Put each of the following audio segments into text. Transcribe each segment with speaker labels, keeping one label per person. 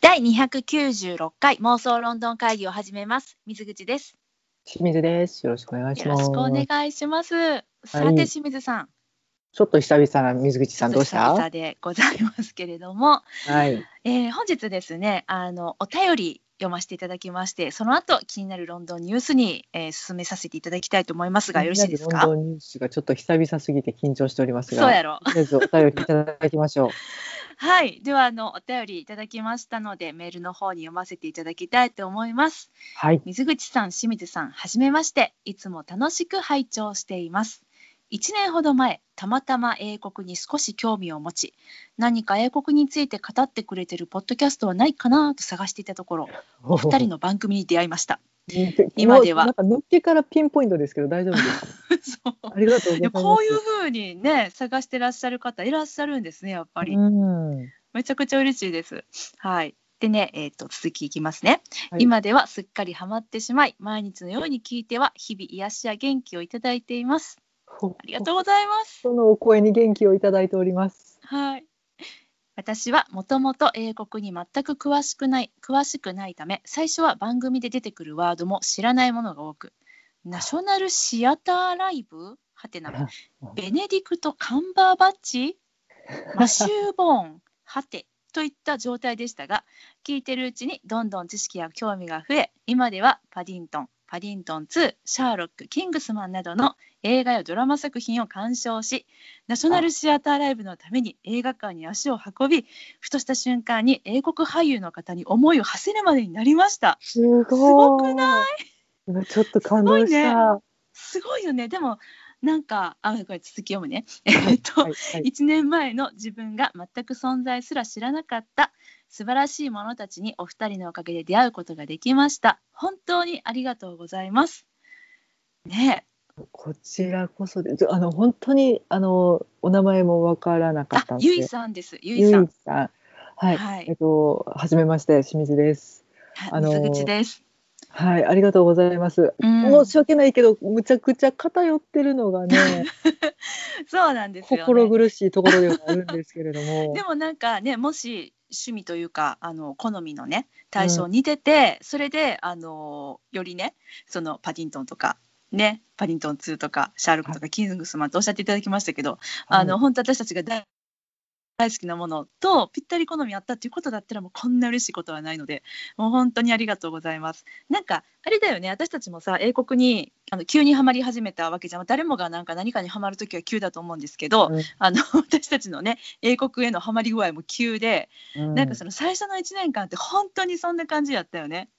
Speaker 1: 第296回妄想ロンドン会議を始めます水口です
Speaker 2: 清水です。よろしくお願いし
Speaker 1: よろ
Speaker 2: ます。
Speaker 1: しくお願いしますさて清水さん
Speaker 2: ちょっと久々な水口さんどうし
Speaker 1: 久
Speaker 2: た
Speaker 1: 々？でございますけれども、
Speaker 2: はい。
Speaker 1: えー本日ですねあのお便り読ませていただきましてその後気になるロンドンニュースに、えー進めさせていただきたいと思いますがよろしいです
Speaker 2: ロン
Speaker 1: か
Speaker 2: ドンニュースがちょっと久々すぎて緊張しておりますが、
Speaker 1: そうやろ
Speaker 2: とりあえずお便りいただきましょう。
Speaker 1: はいではあのお便りいただきましたのでメールの方に読ませていただきたいと思います
Speaker 2: はい。
Speaker 1: 水口さん、清水さん、はじめまして。いつも楽しく拝聴しています。1年ほど前、たまたま英国に少し興味を持ち、何か英国について語ってくれてるポッドキャストはないかなと探していたところ、 お二人の番組に出会いました。 今では
Speaker 2: なんかのっけからピンポイントですけど大丈夫 ですか？
Speaker 1: そう
Speaker 2: ありがとうござ
Speaker 1: で
Speaker 2: います。
Speaker 1: こういう風にね、探してらっしゃる方いらっしゃるんですね、やっぱり。
Speaker 2: うん。
Speaker 1: めちゃくちゃ嬉しいです。はい。でね、えっ、と、続きいきますね、
Speaker 2: はい
Speaker 1: 今ではすっかりハマってしまい、毎日のように聞いては、日々癒しや元気をいただいています。ありがとうございます。
Speaker 2: そのお声に元気をいただいております。
Speaker 1: はい。私はもともと英国に全く詳しくない詳しくないため最初は番組で出てくるワードも知らないものが多くナショナルシアターライブはて なベネディクト・カンバーバッチマシュー・ボーンはてといった状態でしたが聞いてるうちにどんどん知識や興味が増え今ではパディントンパディントン2シャーロックキングスマンなどの映画やドラマ作品を鑑賞しナショナルシアターライブのために映画館に足を運びふとした瞬間に英国俳優の方に思いを馳せるまでになりました
Speaker 2: すごい。
Speaker 1: すごくない
Speaker 2: い？ちょっと感動し
Speaker 1: す
Speaker 2: た。
Speaker 1: すごいよねでもなんかあこれ続き読むねえっと
Speaker 2: はいはい。
Speaker 1: 1年前の自分が全く存在すら知らなかった素晴らしいものたちにお二人のおかげで出会うことができました本当にありがとうございますね
Speaker 2: こちらこそです。あの本当にあのお名前もわからな
Speaker 1: え
Speaker 2: かっ
Speaker 1: あ
Speaker 2: たので。
Speaker 1: ゆいさんですゆ
Speaker 2: ゆ
Speaker 1: い
Speaker 2: い
Speaker 1: さ
Speaker 2: さ
Speaker 1: ん
Speaker 2: ん。はい。
Speaker 1: はい
Speaker 2: えっと、はじめまして、清水です。
Speaker 1: は
Speaker 2: あ
Speaker 1: い
Speaker 2: のー
Speaker 1: 水口です、
Speaker 2: はい、ありがとうございます。
Speaker 1: うん、
Speaker 2: 申し訳ないけど、むちゃくちゃ偏ってるのがね、
Speaker 1: そうなん ですよ、ね、
Speaker 2: 心苦しいところではあるんですけれども
Speaker 1: で。もなんかねもし趣味というかあの好みのね対象に出て、それであのよりねそのパディントンとかねパディントン2とかシャーロックとかキングスマンとおっしゃっていただきましたけど、あの
Speaker 2: はい、
Speaker 1: 本当私たちが大大好きなものとぴったり好みあったっていうことだったらもうこんな嬉しいことはないのでもう本当にありがとうございます。なんかあれだよね私たちもさ英国にあの急にはまり始めたわけじゃん誰もがなんか何かにはまる時は急だと思うんですけど、
Speaker 2: うん
Speaker 1: あの 私たちのね英国へのはまり具合も急で、
Speaker 2: う
Speaker 1: なんかその最初の1年間って本当にそんな感じやったよね。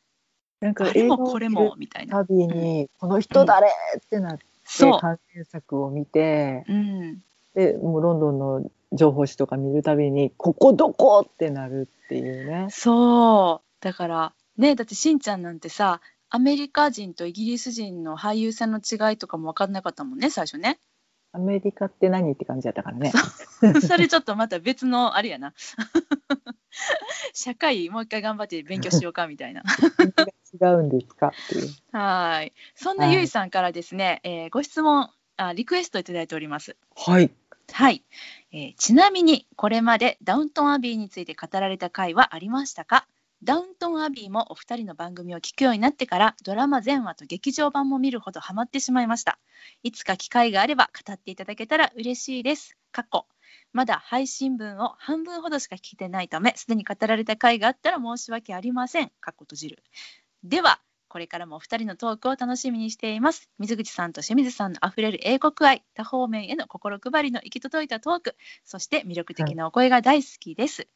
Speaker 2: なんか
Speaker 1: あれ
Speaker 2: 映画
Speaker 1: も
Speaker 2: を
Speaker 1: これ
Speaker 2: 見る
Speaker 1: もみたいな。
Speaker 2: たびに、この人誰ってなって、
Speaker 1: そ
Speaker 2: 関連作を見て、
Speaker 1: う、うん、
Speaker 2: で、もうロンドンの情報誌とか見るたびに、ここどこってなるっていうね。
Speaker 1: そうだからねだってしんちゃんなんてさアメリカ人とイギリス人の俳優さんの違いとかも分かんなかったもんね最初ね
Speaker 2: アメリカって何って感じだったからね。
Speaker 1: それちょっとまた別のあれやな 社会もう一回頑張って勉強しようかみたいな
Speaker 2: 違うんですかっていう。
Speaker 1: はいそんなゆいさんからですね、えーご質問あリクエストいただいております
Speaker 2: はい。
Speaker 1: はい、えーちなみにこれまでダウントンアビーについて語られた回はありましたかダウントンアビーもお二人の番組を聞くようになってからドラマ全話と劇場版も見るほどハマってしまいましたいつか機会があれば語っていただけたら嬉しいです過去まだ配信分を半分ほどしか聞いてないためすでに語られた回があったら申し訳ありません過去閉じるではこれからもお二人のトークを楽しみにしています。水口さんと清水さんのあふれる英国愛、多方面への心配りの行き届いたトーク、そして魅力的なお声が大好きです。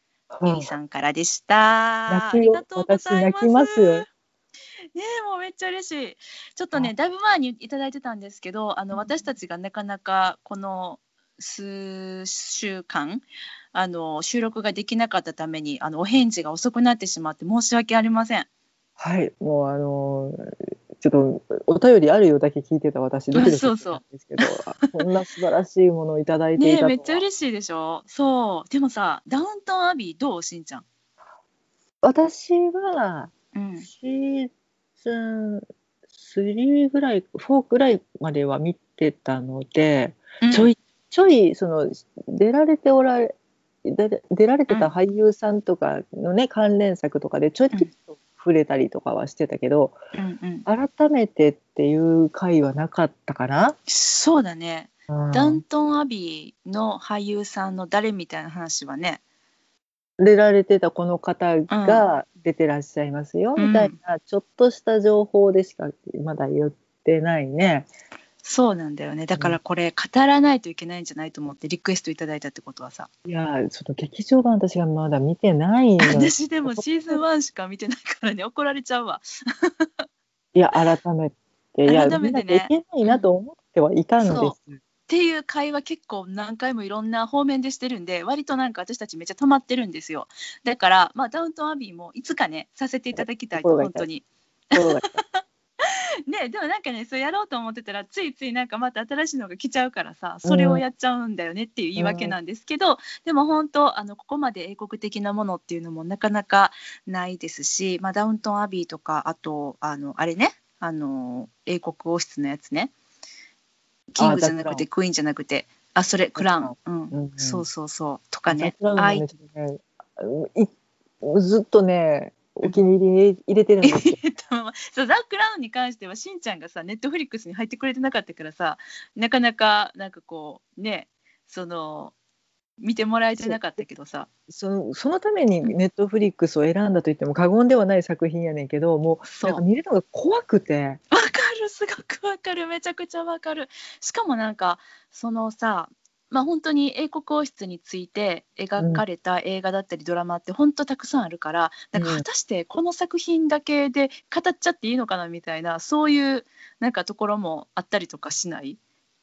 Speaker 1: ゆりさんからでした。あ
Speaker 2: 泣く
Speaker 1: り
Speaker 2: よ
Speaker 1: がとうございます。
Speaker 2: 私泣きますよ
Speaker 1: ねえ、もうめっちゃ嬉しい。ちょっとね、
Speaker 2: あ
Speaker 1: だいぶ前にいただいてたんですけど、あの私たちがなかなかこの数週間、あの収録ができなかったために、あのお返事が遅くなってしまって申し訳ありません。
Speaker 2: はい。もうあのーちょっとお便りあるよだけ聞いてた私ドキドキして
Speaker 1: そうそう
Speaker 2: たんですけど、あこんな素晴らしいものをいただいてい
Speaker 1: ねえ
Speaker 2: たとは
Speaker 1: めっちゃ嬉しいでしょそうでもさダウンタウンアビーどうしんちゃん、
Speaker 2: 私は
Speaker 1: うん、
Speaker 2: シーズン3ぐらい、4ぐらいまでは見てたので、ちょいちょいその出られておられで出られてた俳優さんとかのね、関連作とかでちょいちょいと触れたりとかはしてたけど、
Speaker 1: うんうん、
Speaker 2: 改めてっていう回はなかったかな。
Speaker 1: そうだね、
Speaker 2: うん
Speaker 1: ダントン・アビーの俳優さんの誰みたいな話はね、
Speaker 2: 出られてたこの方が出てらっしゃいますよ、
Speaker 1: うん
Speaker 2: みたいなちょっとした情報でしかまだ言ってないね。
Speaker 1: そうなんだよねだからこれ語らないといけないんじゃないと思ってリクエストいただいたってことはさ
Speaker 2: いやーその劇場版私がまだ見てないのい
Speaker 1: 私でもシーズン1しか見てないからね怒られちゃうわ
Speaker 2: や改めていや
Speaker 1: 改めてね
Speaker 2: 見なきゃいけないなと思ってはいたのです。
Speaker 1: っていう会話結構何回もいろんな方面でしてるんで割となんか私たちめっちゃ溜まってるんですよだから、まあ、ダウントンアビーもいつかねさせていただきたいと
Speaker 2: 心が痛
Speaker 1: 本
Speaker 2: い
Speaker 1: 当に
Speaker 2: そうだった
Speaker 1: ねでもなんかねそうやろうと思ってたらついついなんかまた新しいのが来ちゃうからさそれをやっちゃうんだよねっていう言い訳なんですけど、でも本当あのここまで英国的なものっていうのもなかなかないですし、まあ、ダウントンアビーとかあとあのあれねあの英国王室のやつねキングじゃなく
Speaker 2: ザクラウ
Speaker 1: てクイーンじゃなくてあそれクラウン、うん
Speaker 2: うんうん
Speaker 1: そうそうそうとか
Speaker 2: ザ
Speaker 1: ね
Speaker 2: クラウンの
Speaker 1: あい
Speaker 2: ねちょっとねいずっとねお気に入りに入れてるんですよ。
Speaker 1: えっとそうザック・ラウンに関してはしんちゃんがさネットフリックスに入ってくれてなかったからさなかなかなんかこうねその見てもらえてなかったけどさ
Speaker 2: そのそのためにネットフリックスを選んだと言っても過言ではない作品やねんけどもう
Speaker 1: そう
Speaker 2: な
Speaker 1: わ
Speaker 2: んか
Speaker 1: か
Speaker 2: 見るのが怖くて。
Speaker 1: る すごくわかるめちゃくちゃわかるしかもなんかそのさまあ本当に英国王室について描かれた映画だったりドラマって本当たくさんあるから、なんか
Speaker 2: うん
Speaker 1: 果たしてこの作品だけで語っちゃっていいのかなみたいなそういうなんかところもあったりとかしない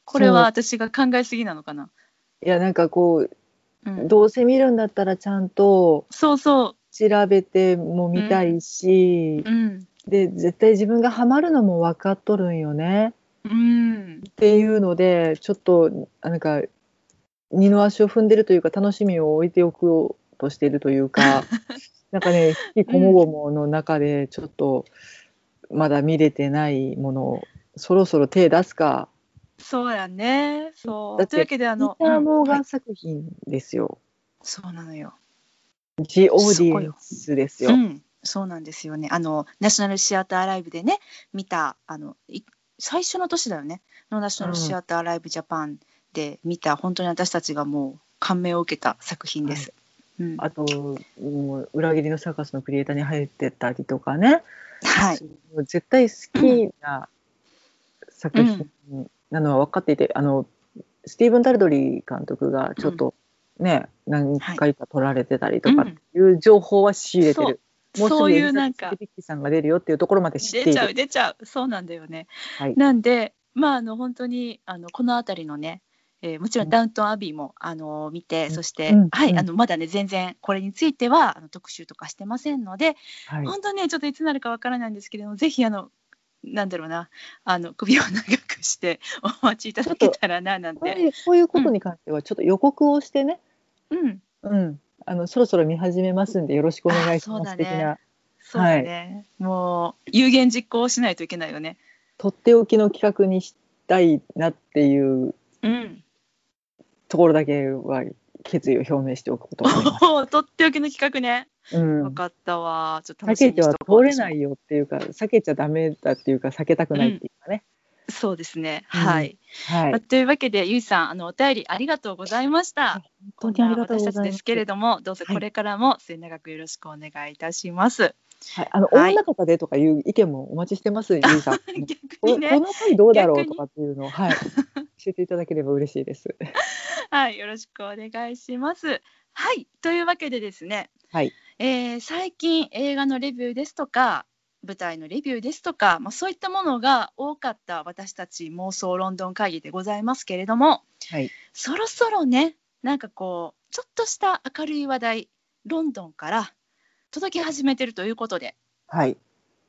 Speaker 1: これは私が考えすぎなのかない
Speaker 2: やなんかこ
Speaker 1: うん
Speaker 2: うどうせ見るんだったらちゃんと
Speaker 1: そうそ
Speaker 2: 調べても見たいし
Speaker 1: う、、うん、
Speaker 2: で絶対自分がハマるのも分かっとるんよね
Speaker 1: うん、
Speaker 2: っていうのでちょっとあなんか二の足を踏んでるというか楽しみを置いておこうとしているとい うかなんかね引きこもごもの中でちょっとまだ見れてないものをそろそろ手出すか
Speaker 1: そうやね。そ
Speaker 2: だ
Speaker 1: う。
Speaker 2: って
Speaker 1: というわけで、あ
Speaker 2: ピー
Speaker 1: の、
Speaker 2: ター・
Speaker 1: うん
Speaker 2: モーガ
Speaker 1: は
Speaker 2: ン
Speaker 1: い
Speaker 2: 作品ですよ。
Speaker 1: そうなのよ。
Speaker 2: ジオー
Speaker 1: す
Speaker 2: デ
Speaker 1: ご
Speaker 2: ィ
Speaker 1: い
Speaker 2: エン
Speaker 1: よ
Speaker 2: スですよ
Speaker 1: う。ん、そうなんですよね。あの、ナショナルシアターライブでね、見た、あの、い最初の年だよね。のナショナルシアターライブジャパンで見た、本当に私たちがもう感銘を受けた作品です。うん、
Speaker 2: あともう裏切りのサーカスのクリエイターに入ってたりとかね、
Speaker 1: はい。
Speaker 2: そう絶対好きな作品なのは分かっていて、あのスティーブン・タルドリー監督がちょっとね、何回か撮られてたりとかっていう情報は仕入れてる、
Speaker 1: そう
Speaker 2: も
Speaker 1: そうう
Speaker 2: すぐ
Speaker 1: いう
Speaker 2: エリザ
Speaker 1: な
Speaker 2: ベ
Speaker 1: ん
Speaker 2: ス・
Speaker 1: か
Speaker 2: ビリッキーさんが出るよっていうところまで知って
Speaker 1: 出
Speaker 2: い
Speaker 1: ちゃう
Speaker 2: る。
Speaker 1: 出ちゃうそうなんだよね。
Speaker 2: はい
Speaker 1: なんでまああの本当にあのこの辺りのね、えーもちろ
Speaker 2: うんん
Speaker 1: ダウントンアビーも、あの見て、
Speaker 2: うん
Speaker 1: そして、
Speaker 2: うん
Speaker 1: はい、
Speaker 2: うん
Speaker 1: あのまだね全然これについてはあの特集とかしてませんので、
Speaker 2: はい
Speaker 1: 本当ねちょっといつなるかわからないんですけれどもぜひあのなんだろうなあの首を長くして お待ちいただけたらななん
Speaker 2: こ
Speaker 1: て、
Speaker 2: れこういうことに関してはちょっと予告をしてね、
Speaker 1: うん、
Speaker 2: うん、あのそろそろ見始めますんでよろしくお願いし
Speaker 1: あそう
Speaker 2: ま
Speaker 1: だ
Speaker 2: す
Speaker 1: ね
Speaker 2: 的な
Speaker 1: そうだね、もう有言実行しないといけないよね。
Speaker 2: とっておきの企画にしたいなっていう
Speaker 1: うん、
Speaker 2: ところだけは決意を表明しておくことに なりま
Speaker 1: おーとっておきの企画ね。
Speaker 2: す。う
Speaker 1: 分
Speaker 2: ん
Speaker 1: かったわ。ちょっと
Speaker 2: 避
Speaker 1: 楽しみ
Speaker 2: け
Speaker 1: にして
Speaker 2: は
Speaker 1: とこう
Speaker 2: 通れないよっていうか避けちゃダメだっていうか避けたくないっていうかね、
Speaker 1: そうですね。
Speaker 2: うん
Speaker 1: はい。
Speaker 2: はい
Speaker 1: まあ
Speaker 2: 本
Speaker 1: というわけで、ゆいさん、あのお便りありがとうございました。
Speaker 2: 当にありがとうございます
Speaker 1: こんな私たちですけれども、どうぞこれからも末永くよろしくお願いいたします。
Speaker 2: はい、あの、
Speaker 1: はい
Speaker 2: 女方でとかいう意見もお待ちし てますゆいさん
Speaker 1: 逆
Speaker 2: こ
Speaker 1: に
Speaker 2: こ
Speaker 1: ね、
Speaker 2: の回どうだろ
Speaker 1: 逆に
Speaker 2: うとかっていうのを、はい、教えていただければ嬉しい です。
Speaker 1: はい、よろしくお願いします。はい、というわけでですね。
Speaker 2: はい。
Speaker 1: えー最近映画のレビューですとか。舞台のレビューですとか、まあ、そういったものが多かった私たち妄想ロンドン会議でございますけれども、
Speaker 2: はい、
Speaker 1: そろそろねなんかこうちょっとした明るい話題ロンドンから届き始めてるということで
Speaker 2: はい、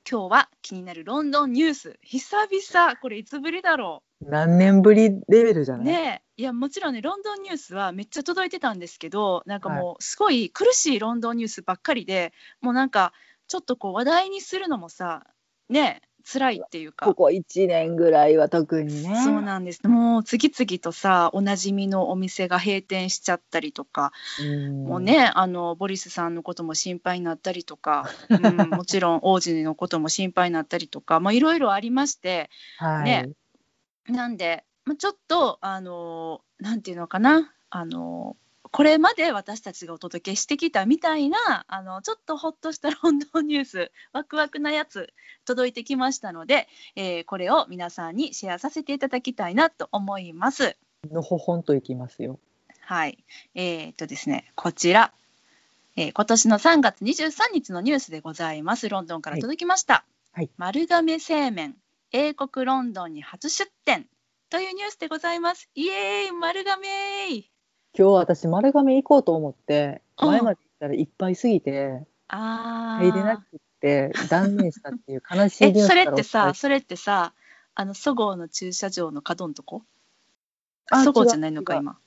Speaker 1: 今日は気になるロンドンニュース久々これいつぶりだろ
Speaker 2: 何年ぶりレベルじゃ
Speaker 1: う
Speaker 2: ない、
Speaker 1: ねえいやもちろんねロンドンニュースはめっちゃ届いてたんですけどなんかもうすごい苦しいロンドンニュースばっかりでもうなんかちょっとこう話題にするのもさねえ辛いっていうか
Speaker 2: ここ1年ぐらいは特にね。
Speaker 1: そうなんですもう次々とさおなじみのお店が閉店しちゃったりとか、
Speaker 2: うん
Speaker 1: もうねあのボリスさんのことも心配になったりと か、うん、もちろん王子のことも心配になったりとかまあいろいろありまして
Speaker 2: はい、
Speaker 1: ねなんで、まあ、ちょっとあのなんていうのかなあのこれまで私たちがお届けしてきたみたいなあのちょっとほっとしたロンドンニュースワクワクなやつ届いてきましたので、えーこれを皆さんにシェアさせていただきたいなと思います。
Speaker 2: のほほんといきますよ。
Speaker 1: はい、えーっとですねこちら、えー今年の3月23日のニュースでございますロンドンから届きました、
Speaker 2: はいはい
Speaker 1: 丸亀製麺英国ロンドンに初出店というニュースでございますイエーイ丸亀
Speaker 2: 今日私丸亀行こうと思って
Speaker 1: うん
Speaker 2: 前まで行ったらいっぱいすぎて
Speaker 1: あー
Speaker 2: 入れなくて断念したっていう悲しい
Speaker 1: え
Speaker 2: ニュース
Speaker 1: それ
Speaker 2: から
Speaker 1: っ
Speaker 2: お
Speaker 1: て
Speaker 2: 伝
Speaker 1: さ
Speaker 2: えし
Speaker 1: それってさあのそごうの駐車場の角のとこ
Speaker 2: あ
Speaker 1: そごうじゃないのか
Speaker 2: 違う
Speaker 1: 今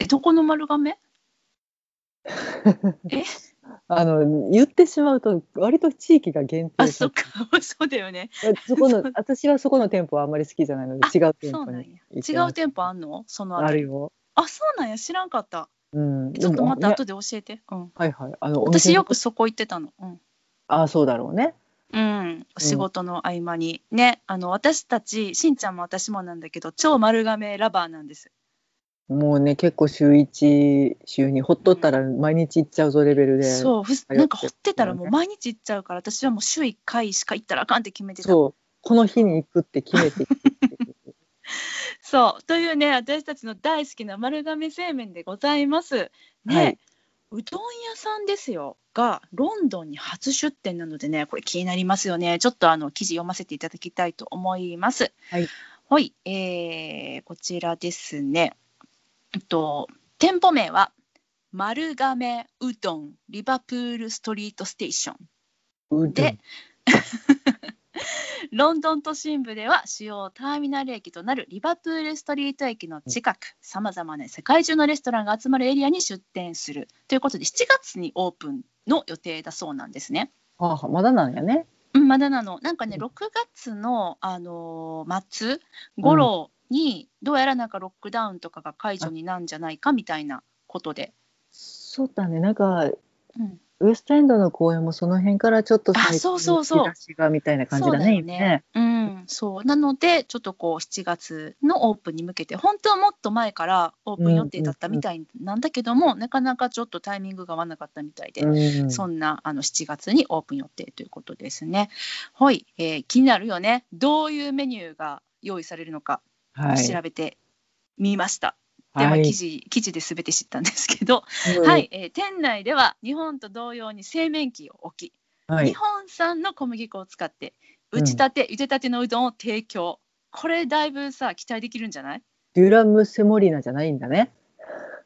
Speaker 1: えどこの丸亀
Speaker 2: あの言ってしまうと割と地域が限定
Speaker 1: あ
Speaker 2: 的
Speaker 1: そっか そうだよね
Speaker 2: そこの私はそこの店舗はあんまり好きじゃないので
Speaker 1: あ
Speaker 2: 違う店
Speaker 1: そう
Speaker 2: 舗
Speaker 1: なん
Speaker 2: に
Speaker 1: や
Speaker 2: 行って
Speaker 1: 違
Speaker 2: ます
Speaker 1: う店舗あんのその
Speaker 2: あ
Speaker 1: あ
Speaker 2: るよ。
Speaker 1: あそうなんや知らんかった
Speaker 2: うん、
Speaker 1: ちょっとまた
Speaker 2: ね
Speaker 1: 後で教えて。うん。
Speaker 2: はいはい。あのお店
Speaker 1: 私
Speaker 2: の
Speaker 1: よくそこ行ってたの。うん。
Speaker 2: ああそうだろうね。
Speaker 1: うん、お仕事の合間に、ねあの私たちしんちゃんも私もなんだけど超丸亀ラバーなんです
Speaker 2: もうね結構週一週にほっとったら毎日行っちゃうぞレベルで。う。
Speaker 1: そうふ
Speaker 2: 通って
Speaker 1: なんか掘ってたらもう
Speaker 2: ね
Speaker 1: 毎日行っちゃうから私はもう週1回しか行ったらあかんって決めてた
Speaker 2: そうこの日に行くって決めて。
Speaker 1: そうというね私たちの大好きな丸亀製麺でございますね、
Speaker 2: はいう
Speaker 1: どん屋さんですよがロンドンに初出店なのでねこれ気になりますよねちょっとあの記事読ませていただきたいと思います
Speaker 2: はい、
Speaker 1: はいえーこちらですねえっと店舗名は丸亀うどんリバプールストリートステーション
Speaker 2: うどん
Speaker 1: でロンドン都心部では主要ターミナル駅となるリバプールストリート駅の近くさまざまな世界中のレストランが集まるエリアに出店するということで7月にオープンの予定だそうなんですね。
Speaker 2: はあはあまだなんやね。
Speaker 1: うん、まだなのなんかね
Speaker 2: うん
Speaker 1: 6月の、あのー末頃にどうやらなんかロックダウンとかが解除になんじゃないかみたいなことで。
Speaker 2: そうだねなんか。
Speaker 1: うん、
Speaker 2: ウエストエンドの公演もその辺からちょっと
Speaker 1: あそうそうそう
Speaker 2: 出しがみたいな感じだね
Speaker 1: そうだよ
Speaker 2: 今
Speaker 1: ね
Speaker 2: ね。
Speaker 1: うん、そうなのでちょっとこう7月のオープンに向けて本当はもっと前からオープン予定だったみたいなんだけども、なかなかちょっとタイミングが合わなかったみたいで、
Speaker 2: うん
Speaker 1: そんなあの7月にオープン予定ということですね。はい、えー気になるよねどういうメニューが用意されるのか
Speaker 2: は
Speaker 1: 調べてみました。でまあ
Speaker 2: はい
Speaker 1: 記事記事で全て知ったんですけど、
Speaker 2: うん
Speaker 1: はいえー店内では日本と同様に製麺機を置き
Speaker 2: はい
Speaker 1: 日本産の小麦粉を使って
Speaker 2: うん
Speaker 1: 打ちたて、茹でたてのうどんを提供これだいぶさ期待できるんじゃない
Speaker 2: デュラムセモリナじゃないんだね。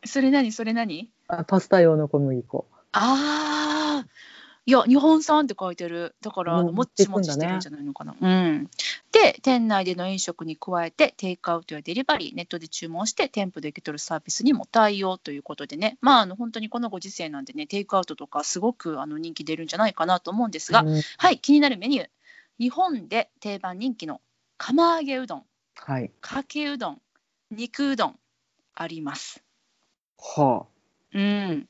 Speaker 1: それ何それ何
Speaker 2: あパスタ用の小麦粉。
Speaker 1: あーいや日本産って書いてるだからあ
Speaker 2: うん
Speaker 1: のもっちもちしてるんじゃないのかな、うんで店内での飲食に加えてテイクアウトやデリバリーネットで注文して店舗で受け取るサービスにも対応ということでねまああの本当にこのご時世なんでねテイクアウトとかすごくあの人気出るんじゃないかなと思うんですが、
Speaker 2: うん
Speaker 1: はい、気になるメニュー。日本で定番人気の釜揚げうどん、
Speaker 2: はい。
Speaker 1: かけうどん、肉うどんあります。
Speaker 2: は
Speaker 1: うん。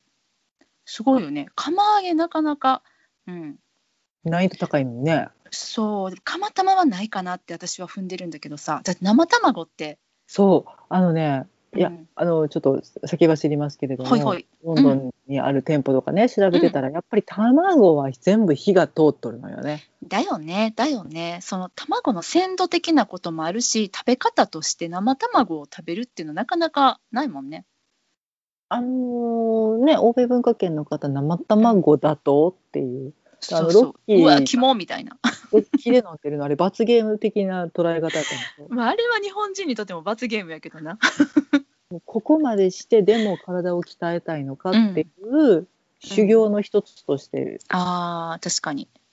Speaker 1: すごいよね。釜揚げなかなか、うん。
Speaker 2: あ。難易度高いのにね。
Speaker 1: そう、釜玉はないかなって私は踏んでるんだけどさ、だって生卵って、
Speaker 2: そう。あのね。いや、
Speaker 1: うん
Speaker 2: あのちょっと先走りますけれども、
Speaker 1: ほいほい。
Speaker 2: ロンドンにある店舗とかね、調べてたら、やっぱり卵は全部火が通っとるのよね。
Speaker 1: だよね、だよね。その卵の鮮度的なこともあるし、食べ方として生卵を食べるっていうのはなかなかないもんね。
Speaker 2: あのーね、欧米文化圏の方、生卵だとっていう、あの
Speaker 1: そうそ
Speaker 2: ロッキ
Speaker 1: う。
Speaker 2: ー
Speaker 1: うわ、肝みたいな。
Speaker 2: で火で飲んでるの、あれ、罰ゲーム的な捉え方だと思う
Speaker 1: まあ、あれは日本人にとっても罰ゲームやけどな。
Speaker 2: もうここまでして、でも体を鍛えたいのかっていう修行の一つとして、
Speaker 1: あー確かに。
Speaker 2: うん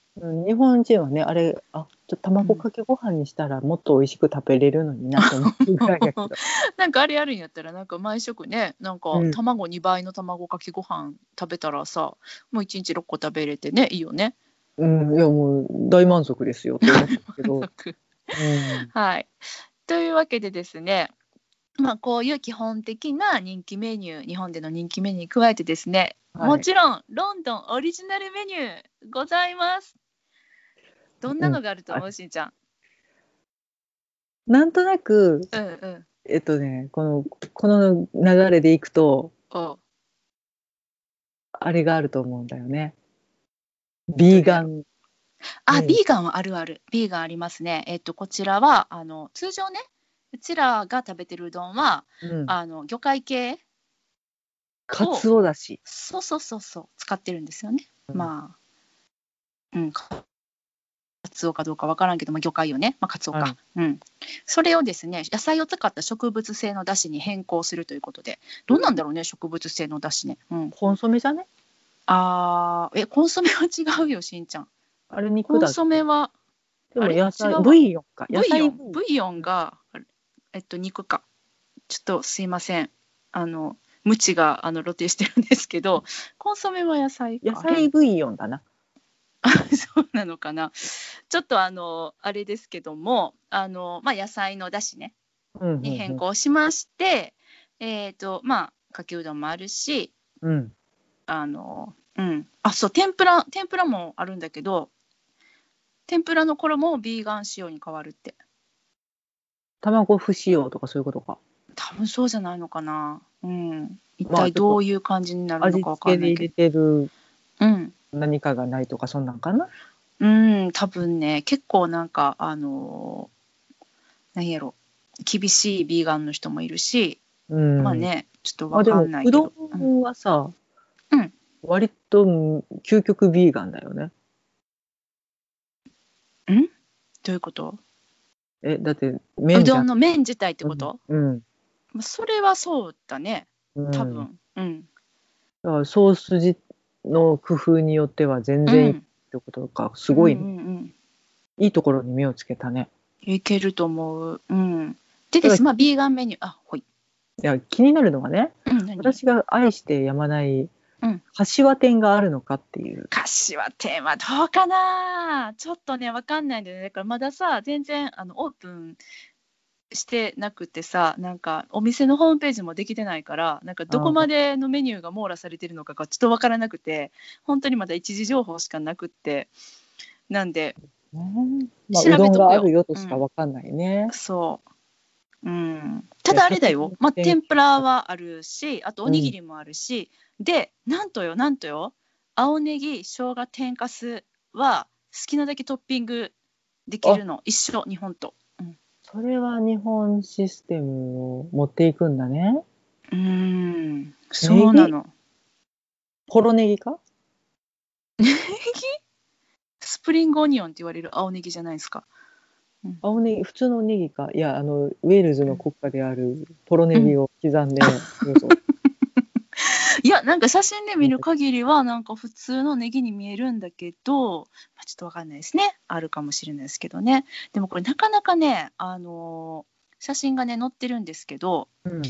Speaker 2: 日本人はね、あれ、あちょっと卵かけご飯にしたら、もっと美味しく食べれるのになと思うぐらい やけど。
Speaker 1: なんかあれやるんやったらなんか毎食ねなんか
Speaker 2: うん
Speaker 1: 卵2倍の卵かけご飯食べたらさ、もう1日6個食べれてねいいよね。
Speaker 2: うん、いやもう大満足ですよって思った けど、うん、
Speaker 1: はい。というわけでですね、まあ、こういう基本的な人気メニュー、日本での人気メニューに加えてですね、
Speaker 2: はい
Speaker 1: もちろんロンドンオリジナルメニューございます。どんなのがあると思う、しんちゃん。
Speaker 2: なんとなく
Speaker 1: うんうん。
Speaker 2: えっとねこのこの流れでいくと
Speaker 1: お
Speaker 2: あれがあると思うんだよね。ビーガン、
Speaker 1: あ、
Speaker 2: うん
Speaker 1: ビーガンはあるある。ビーガンありますね。えっと、こちらは、あの、通常ね、うちらが食べてるうどんは、
Speaker 2: うん、
Speaker 1: あの、魚介系、
Speaker 2: かつおだし、
Speaker 1: そうそうそうそう、使ってるんですよね。
Speaker 2: うん
Speaker 1: まあ、うん、かカツオかどうかわからんけど、まあ、魚介よね、まあ、カツオか、うん。それをですね、野菜を使った植物性のだしに変更するということで、どうなんだろうね、植物性のだしね。うん、
Speaker 2: コンソメじゃね
Speaker 1: あーえ、コンソメは違うよ、しんちゃん。
Speaker 2: あれ肉
Speaker 1: コン
Speaker 2: だ
Speaker 1: ソメは、
Speaker 2: でも
Speaker 1: あれ
Speaker 2: 野
Speaker 1: 違う
Speaker 2: 菜
Speaker 1: わ
Speaker 2: ブイヨンか
Speaker 1: ブ
Speaker 2: 野
Speaker 1: イヨ
Speaker 2: 菜
Speaker 1: ン、ブイヨンが、えっと、肉か。ちょっとすいません。あの、無知があの露呈してるんですけど、コンソメは野菜か。
Speaker 2: 野菜ブイヨンだな。
Speaker 1: そうなのかな。ちょっとあのあれですけども、あのまあ野菜のだしね
Speaker 2: うんうん
Speaker 1: に変更しまして、えっ、とまあかけうどんもあるし、
Speaker 2: うん、
Speaker 1: あのうんあそう天ぷら天ぷらもあるんだけど、天ぷらの衣もビーガン仕様に変わるって。
Speaker 2: 卵不使用とかそういうことか。
Speaker 1: 多分そうじゃないのかな。うん。一
Speaker 2: まあちょっ
Speaker 1: 体
Speaker 2: と
Speaker 1: どういう感じになるの
Speaker 2: 味
Speaker 1: かわ
Speaker 2: 付
Speaker 1: か
Speaker 2: け
Speaker 1: んな
Speaker 2: で
Speaker 1: い
Speaker 2: 入れ
Speaker 1: けど。
Speaker 2: てる
Speaker 1: うん。
Speaker 2: 何かがないとかそんなんかな。
Speaker 1: うん、多分ね、結構なんか、あのー、何やろ、厳しいビーガンの人もいるし、
Speaker 2: うん、
Speaker 1: まあね、ちょっと
Speaker 2: まあ
Speaker 1: わ
Speaker 2: で
Speaker 1: か
Speaker 2: も
Speaker 1: んないうけ
Speaker 2: ど
Speaker 1: ど。うん
Speaker 2: んはさ、
Speaker 1: うん
Speaker 2: 割とうん究極ビーガンだよね。
Speaker 1: どういうこと
Speaker 2: えだって
Speaker 1: う
Speaker 2: 麺じゃ
Speaker 1: どんの麺自体ってこと、
Speaker 2: うん、
Speaker 1: まあそれはそうだね、
Speaker 2: うん、
Speaker 1: 多分。うん。
Speaker 2: だからソースじの工夫によっては全
Speaker 1: う
Speaker 2: 然いいっ
Speaker 1: ん、
Speaker 2: てことか、すごい、
Speaker 1: うんうんうん
Speaker 2: いいところに目をつけたね
Speaker 1: いけると思う。うん。でです、まあ、ビーガンメニュー、あ、ほい。
Speaker 2: いや気になるのがね
Speaker 1: うん、何
Speaker 2: 私が愛してやまない
Speaker 1: うん
Speaker 2: 柏店があるのかっていう、
Speaker 1: 柏店はどうかなちょっとねわかんないんだよねだからまださ全然あのオープンしてなくてさなんかお店のホームページもできてないからなんかどこまでのメニューが網羅されてるのかがちょっとわからなくて本当にまだ一時情報しかなくってなんで
Speaker 2: ねまあ、
Speaker 1: 調べとくよ
Speaker 2: うどんがあるよとしかわかんないね、
Speaker 1: そう。うん、ただあれだよ、まあ、
Speaker 2: 天
Speaker 1: 天ぷらはあるしあとおにぎりもあるし、でなんとよなんとよ青ネギ生姜天かすは好きなだけトッピングできるの一緒日本と。
Speaker 2: それは日本システムを持っていくんだね
Speaker 1: うんそうなの。
Speaker 2: ポロネギか
Speaker 1: スプリングオニオンって言われる青ネギじゃないですか。
Speaker 2: 青ネギ普通のネギかいやあのウェールズの国家であるポロネギを刻んで、どうぞ
Speaker 1: いやなんか写真で見る限りはなんか普通のネギに見えるんだけど、まあ、ちょっとわかんないですねあるかもしれないですけどねでもこれなかなかね、あのー写真がね載ってるんですけど
Speaker 2: うん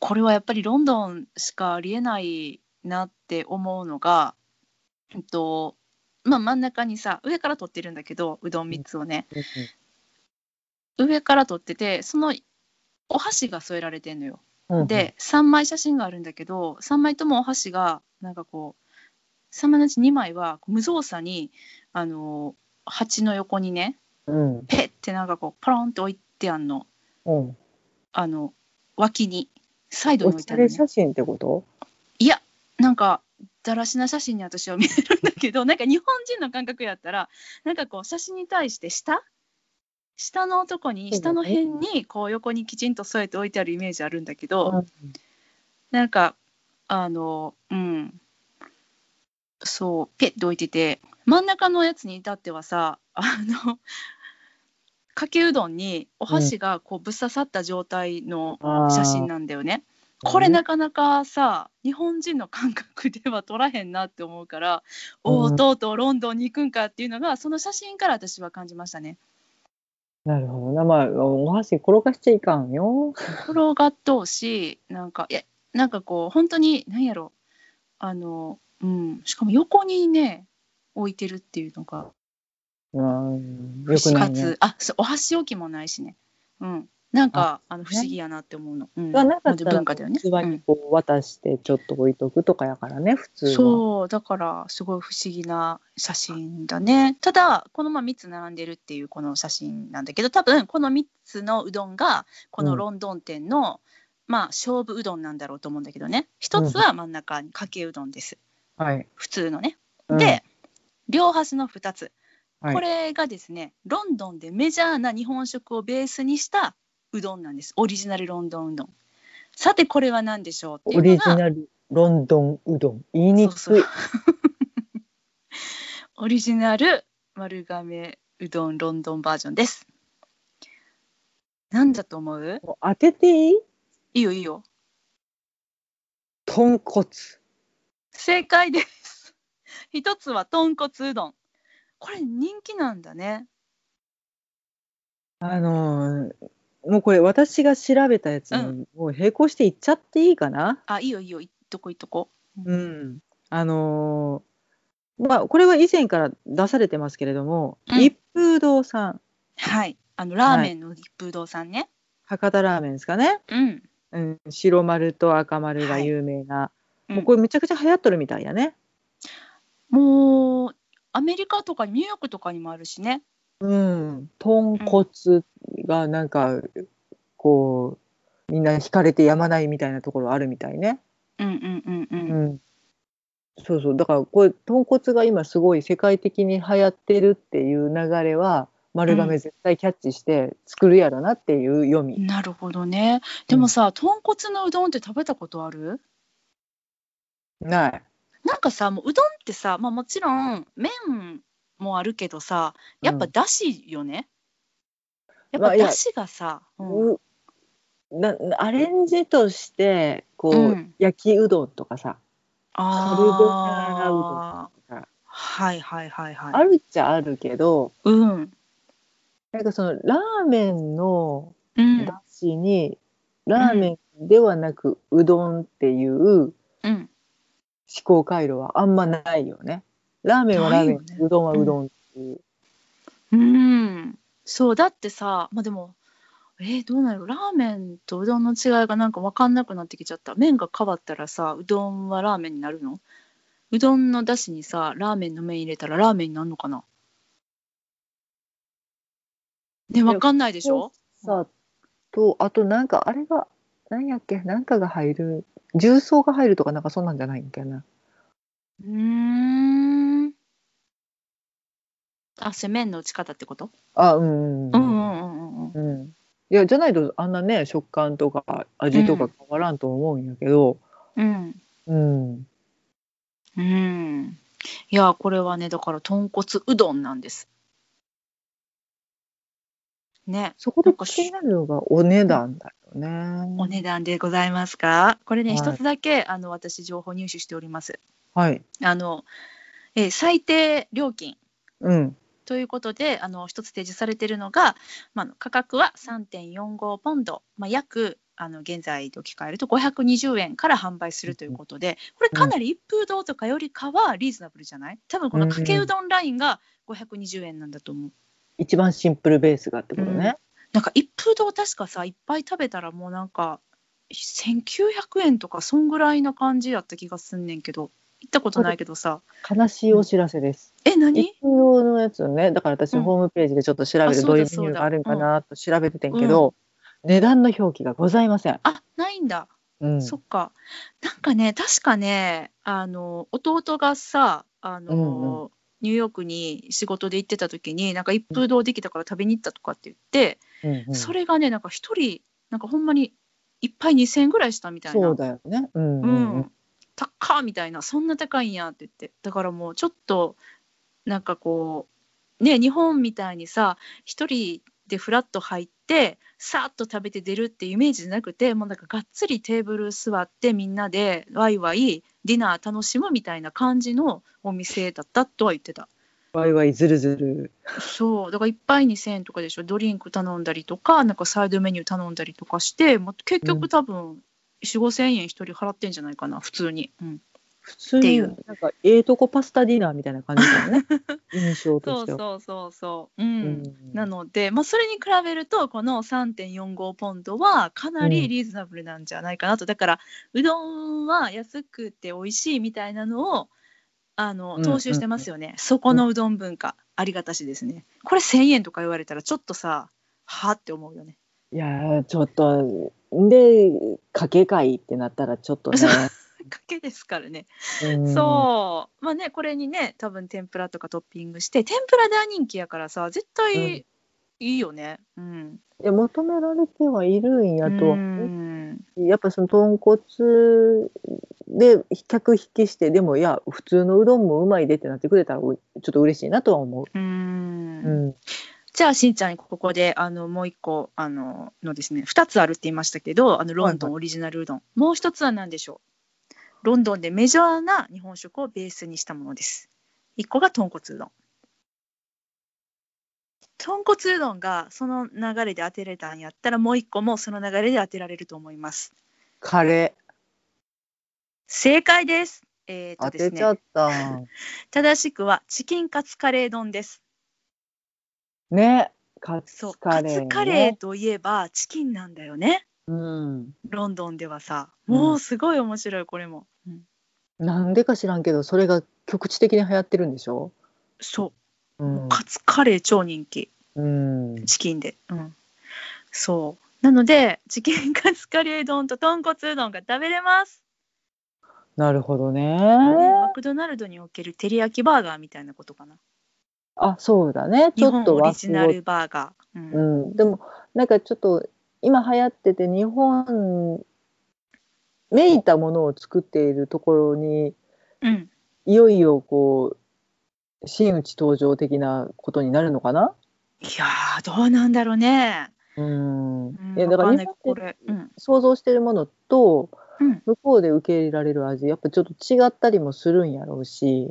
Speaker 1: これはやっぱりロンドンしかありえないなって思うのが、えっとまあ、真ん中にさ上から撮ってるんだけどうどん3つをね上から撮っててそのお箸が添えられてんのよ。
Speaker 2: うん、
Speaker 1: で3枚写真があるんだけど3枚ともお箸がなんかこう3枚のうち2枚は無造作にあの鉢の横にね
Speaker 2: うん、
Speaker 1: ペッてなんかこうポロンって置いてあんの
Speaker 2: うん、
Speaker 1: あの脇にサイド
Speaker 2: お
Speaker 1: に置い
Speaker 2: して
Speaker 1: あ
Speaker 2: ゃ
Speaker 1: る
Speaker 2: れ
Speaker 1: の、ね、
Speaker 2: 写真ってこと
Speaker 1: いやなんかだらしな写真に私は見えるんだけどなんか日本人の感覚やったらなんかこう写真に対して下下のとこに
Speaker 2: そうだ
Speaker 1: 下
Speaker 2: ね
Speaker 1: の辺にこう横にきちんと添えて置いてあるイメージあるんだけど、
Speaker 2: うん
Speaker 1: なんかあのうんそうペッて置いてて真ん中のやつに至ってはさあのかけうどんにお箸がこうぶっ刺さった状態の写真なんだよね。
Speaker 2: あー
Speaker 1: これなかなかさ日本人の感覚では撮らへんなって思うから、おお
Speaker 2: うん
Speaker 1: とうとうロンドンに行くんかっていうのがその写真から私は感じましたね。
Speaker 2: なるほどなまあお箸転がしちゃいかんよ
Speaker 1: 転がっとうしなんかいやなんかこう本当に何やろあの、うん、しかも横にね置いてるっていうのが
Speaker 2: うん、
Speaker 1: 不
Speaker 2: よく
Speaker 1: 死
Speaker 2: ない
Speaker 1: 活、
Speaker 2: ね。
Speaker 1: あそうお箸置きもないしねうんなんかあの不思議やなって思うの、うん、
Speaker 2: がなかった
Speaker 1: ので
Speaker 2: ら
Speaker 1: 文化だよね、
Speaker 2: 器
Speaker 1: うん
Speaker 2: にこう渡してちょっと置いとくとかやからね普通は。
Speaker 1: そうだからすごい不思議な写真だねただこのまあ3つ並んでるっていうこの写真なんだけど多分この3つのうどんがこ
Speaker 2: う
Speaker 1: の
Speaker 2: ん
Speaker 1: ロンドン店の、まあ勝負うどんなんだろうと思うんだけどね一つは真ん中にかけうどんです
Speaker 2: はい。
Speaker 1: 普通のね
Speaker 2: うん、
Speaker 1: で、両端の2つ
Speaker 2: はい
Speaker 1: これがですね、ロンドンでメジャーな日本食をベースにしたうどんなんですオリジナルロンドンうどんさてこれは何でしょうってい
Speaker 2: オ
Speaker 1: うの
Speaker 2: リジ
Speaker 1: が
Speaker 2: ナルロンドンうどん言いにくい。
Speaker 1: そうそうオリジナル丸亀うどんロンドンバージョンです。なんだと思う
Speaker 2: もう当てていい？
Speaker 1: いいよいいよ。
Speaker 2: 豚骨。
Speaker 1: 正解です。 一つは豚骨うどん。これ人気なんだね。
Speaker 2: あのーもうこれ私が調べたやつに、
Speaker 1: うん
Speaker 2: もう並行していっちゃっていいかな。
Speaker 1: あ、いいよいいよ。いっとこいっとこ。
Speaker 2: うん。あのーまあこれは以前から出されてますけれども、
Speaker 1: うん
Speaker 2: 一風堂さん
Speaker 1: はい。あのラーメンの一風堂さんね。
Speaker 2: 博多ラーメンですかね。
Speaker 1: うん。
Speaker 2: うん、白丸と赤丸が有名な、
Speaker 1: うん
Speaker 2: もうこれめちゃくちゃ流行っとるみたいやね。
Speaker 1: もうアメリカとかニューヨークとかにもあるしね。
Speaker 2: うん、豚骨がなんかこうみんな惹かれてやまないみたいなところあるみたいね。
Speaker 1: うんうんうん
Speaker 2: う
Speaker 1: うん。
Speaker 2: ん、そうそうだからこれ豚骨が今すごい世界的に流行ってるっていう流れは丸亀絶対キャッチして作るやろなっていう読み。
Speaker 1: なるほどね。でもさ、豚骨のうどんって食べたことある
Speaker 2: ない。
Speaker 1: なんかさもううどんってさ、まあ、もちろん麺もあるけどさやっぱ
Speaker 2: うん
Speaker 1: だしよね、
Speaker 2: ま
Speaker 1: やっ
Speaker 2: あ
Speaker 1: ぱ
Speaker 2: いや
Speaker 1: だしがさ、うん
Speaker 2: うなアレンジとしてこう、
Speaker 1: うん
Speaker 2: 焼きうどんとかさカルボナーラうどん
Speaker 1: あ
Speaker 2: と
Speaker 1: ー
Speaker 2: か
Speaker 1: はいはいはいはい
Speaker 2: あるっちゃあるけど
Speaker 1: うん
Speaker 2: なんかそのラーメンの
Speaker 1: うん
Speaker 2: だしに、ラーメンではなくうどんっていう思
Speaker 1: うん
Speaker 2: 考回路はあんまないよね。ラーメンはラーメ
Speaker 1: ない
Speaker 2: ン、
Speaker 1: よね
Speaker 2: うどんはうどんっていう。
Speaker 1: うんそうだってさまあでもえー、どうなるラーメンとうどんの違いがなんか分かんなくなってきちゃった麺が変わったらさうどんはラーメンになるのうどんのだしにさラーメンの麺入れたらラーメンになるのかなね分かんないでしょ
Speaker 2: さとあとなんかあれが何やっけなんかが入る重曹が入るとかなんかそんなんじゃないんけな。
Speaker 1: うーんあせ麺の打ち方ってこと
Speaker 2: あうんうん
Speaker 1: う
Speaker 2: う
Speaker 1: うんんうんう
Speaker 2: ん
Speaker 1: んうん
Speaker 2: うん。うんいやじゃないとあんなね食感とか味とか変わらんと思うんやけど、
Speaker 1: うん
Speaker 2: うん
Speaker 1: うんいやこれはねだから豚骨うどんなんですね
Speaker 2: そこで気になるのがお値段だよね。
Speaker 1: お値段でございますかこれね
Speaker 2: はい
Speaker 1: 一つだけ、あの私情報入手しております
Speaker 2: はい、
Speaker 1: あの、えー最低料金
Speaker 2: うん
Speaker 1: ということであの一つ提示されているのが、まああの、価格は3.45ポンド、まあ、約あの現在で置き換えると520円から販売するということでこれかなり一風堂とかよりかはリーズナブルじゃない多分このかけうどんラインが520円なんだと思う。
Speaker 2: 一番シンプルベースがってことね。
Speaker 1: なんか一風堂確かさいっぱい食べたらもうなんか1900円とかそんぐらいな感じやった気がすんねんけど行ったことないけどさ
Speaker 2: 悲しいお知らせです。
Speaker 1: え何
Speaker 2: 一応のやつをねだから私
Speaker 1: うん
Speaker 2: ホームページでちょっと調べ
Speaker 1: あ
Speaker 2: て
Speaker 1: そ
Speaker 2: ど
Speaker 1: う
Speaker 2: うい
Speaker 1: だ
Speaker 2: うメニューがあるんか
Speaker 1: そうだ
Speaker 2: なと調べててんけど、値段の表記がございません。
Speaker 1: あないんだ、
Speaker 2: うん、
Speaker 1: そっかなんかね確かねあの弟がさあの、
Speaker 2: うん
Speaker 1: ニューヨークに仕事で行ってた時になんか一風堂できたから食べに行ったとかって言って、
Speaker 2: うんうん
Speaker 1: それがねなんか一人なんかほんまにいっぱい2,000円ぐらいしたみたいな
Speaker 2: そうだよね。うんう
Speaker 1: うん
Speaker 2: うん
Speaker 1: ん、高っみたいなそんな高いんやって言ってだからもうちょっとなんかこうね日本みたいにさ一人でフラッと入ってさーっと食べて出るっていうイメージじゃなくてもうなんかがっつりテーブル座ってみんなでワイワイディナー楽しむみたいな感じのお店だったとは言ってた
Speaker 2: ワイワイズルズル。
Speaker 1: そうだから一杯2,000円とかでしょドリンク頼んだりとかなんかサイドメニュー頼んだりとかしてもう結
Speaker 2: う
Speaker 1: 局
Speaker 2: ん
Speaker 1: 多分4 5 0 0 0円一人払ってんじゃないかな普通に、うん、
Speaker 2: 普通
Speaker 1: ってい
Speaker 2: に
Speaker 1: う
Speaker 2: なんかええとこパスタディナーみたいな感じだよ ね印象
Speaker 1: そ
Speaker 2: とし
Speaker 1: う
Speaker 2: ては。
Speaker 1: そうそうそう。う
Speaker 2: うんん
Speaker 1: なので、まあ、それに比べるとこの3.45ポンドはかなりリーズナブルなんじゃないかなと、だからうどんは安くて美味しいみたいなのをあの
Speaker 2: うん
Speaker 1: 踏襲してますよね、そこのうどん文化ありがたしですねこれ1,000円とか言われたらちょっとさはあって思うよね
Speaker 2: いやーちょっとで掛け替えってなったらちょっとね。
Speaker 1: かけですからね、
Speaker 2: うん
Speaker 1: そうまあねこれにね多分天ぷらとかトッピングして天ぷら大人気やからさ絶
Speaker 2: うん
Speaker 1: 対いいよねうん、
Speaker 2: いや求められてはいるんやとは
Speaker 1: う
Speaker 2: 思うんやっぱその豚骨で客引きしてでもいや普通のうどんもうまいでってなってくれたらおいちょっと嬉しいなとは思う。
Speaker 1: う
Speaker 2: うんん、
Speaker 1: じゃあしんちゃんにここであのもう一個あののですね2つあるって言いましたけどあのロンドンオリジナルうどん、もう一つは何でしょうロンドンでメジャーな日本食をベースにしたものです一個が豚骨うどん豚骨うどんがその流れで当てれたんやったらもう一個もその流れで当てられると思います
Speaker 2: カレ
Speaker 1: 正解ですえっ、
Speaker 2: ー当
Speaker 1: とです
Speaker 2: て
Speaker 1: ね
Speaker 2: ちゃった。
Speaker 1: 正しくはチキンカツカレー丼です
Speaker 2: ねカツ
Speaker 1: そう
Speaker 2: カ
Speaker 1: カ
Speaker 2: レー、ね。
Speaker 1: ツカレーといえばチキンなんだよね
Speaker 2: うん、
Speaker 1: ロンドンではさ
Speaker 2: うん
Speaker 1: もうすごい面白いこれも、うん
Speaker 2: なんでか知らんけどそれが局地的に流行ってるんでしょ、
Speaker 1: そうう、
Speaker 2: ん
Speaker 1: カツカレー超人気
Speaker 2: うん、
Speaker 1: チキンで、うん、そうなのでチキンカツカレー丼と豚骨うどんが食べれます、
Speaker 2: なるほどね
Speaker 1: ねマクドナルドにおける照り焼きバーガーみたいなことかな
Speaker 2: あそうだねち
Speaker 1: 日
Speaker 2: ょ
Speaker 1: 本
Speaker 2: っと
Speaker 1: オリ
Speaker 2: 和
Speaker 1: ジナ
Speaker 2: 風を
Speaker 1: ルバーガー、うん
Speaker 2: うん、でもなんかちょっと今流行ってて日本めいたものを作っているところに
Speaker 1: うん
Speaker 2: いよいよこう真打ち登場的なことになるのかない
Speaker 1: やーどうなんだろうね、
Speaker 2: うん、
Speaker 1: うん、
Speaker 2: いやだから
Speaker 1: わんな
Speaker 2: 日
Speaker 1: い
Speaker 2: 本
Speaker 1: こ
Speaker 2: で
Speaker 1: れ、うん
Speaker 2: 想像してるものと
Speaker 1: うん、
Speaker 2: 向こうで受け入れられる味やっぱちょっと違ったりもするんやろうし、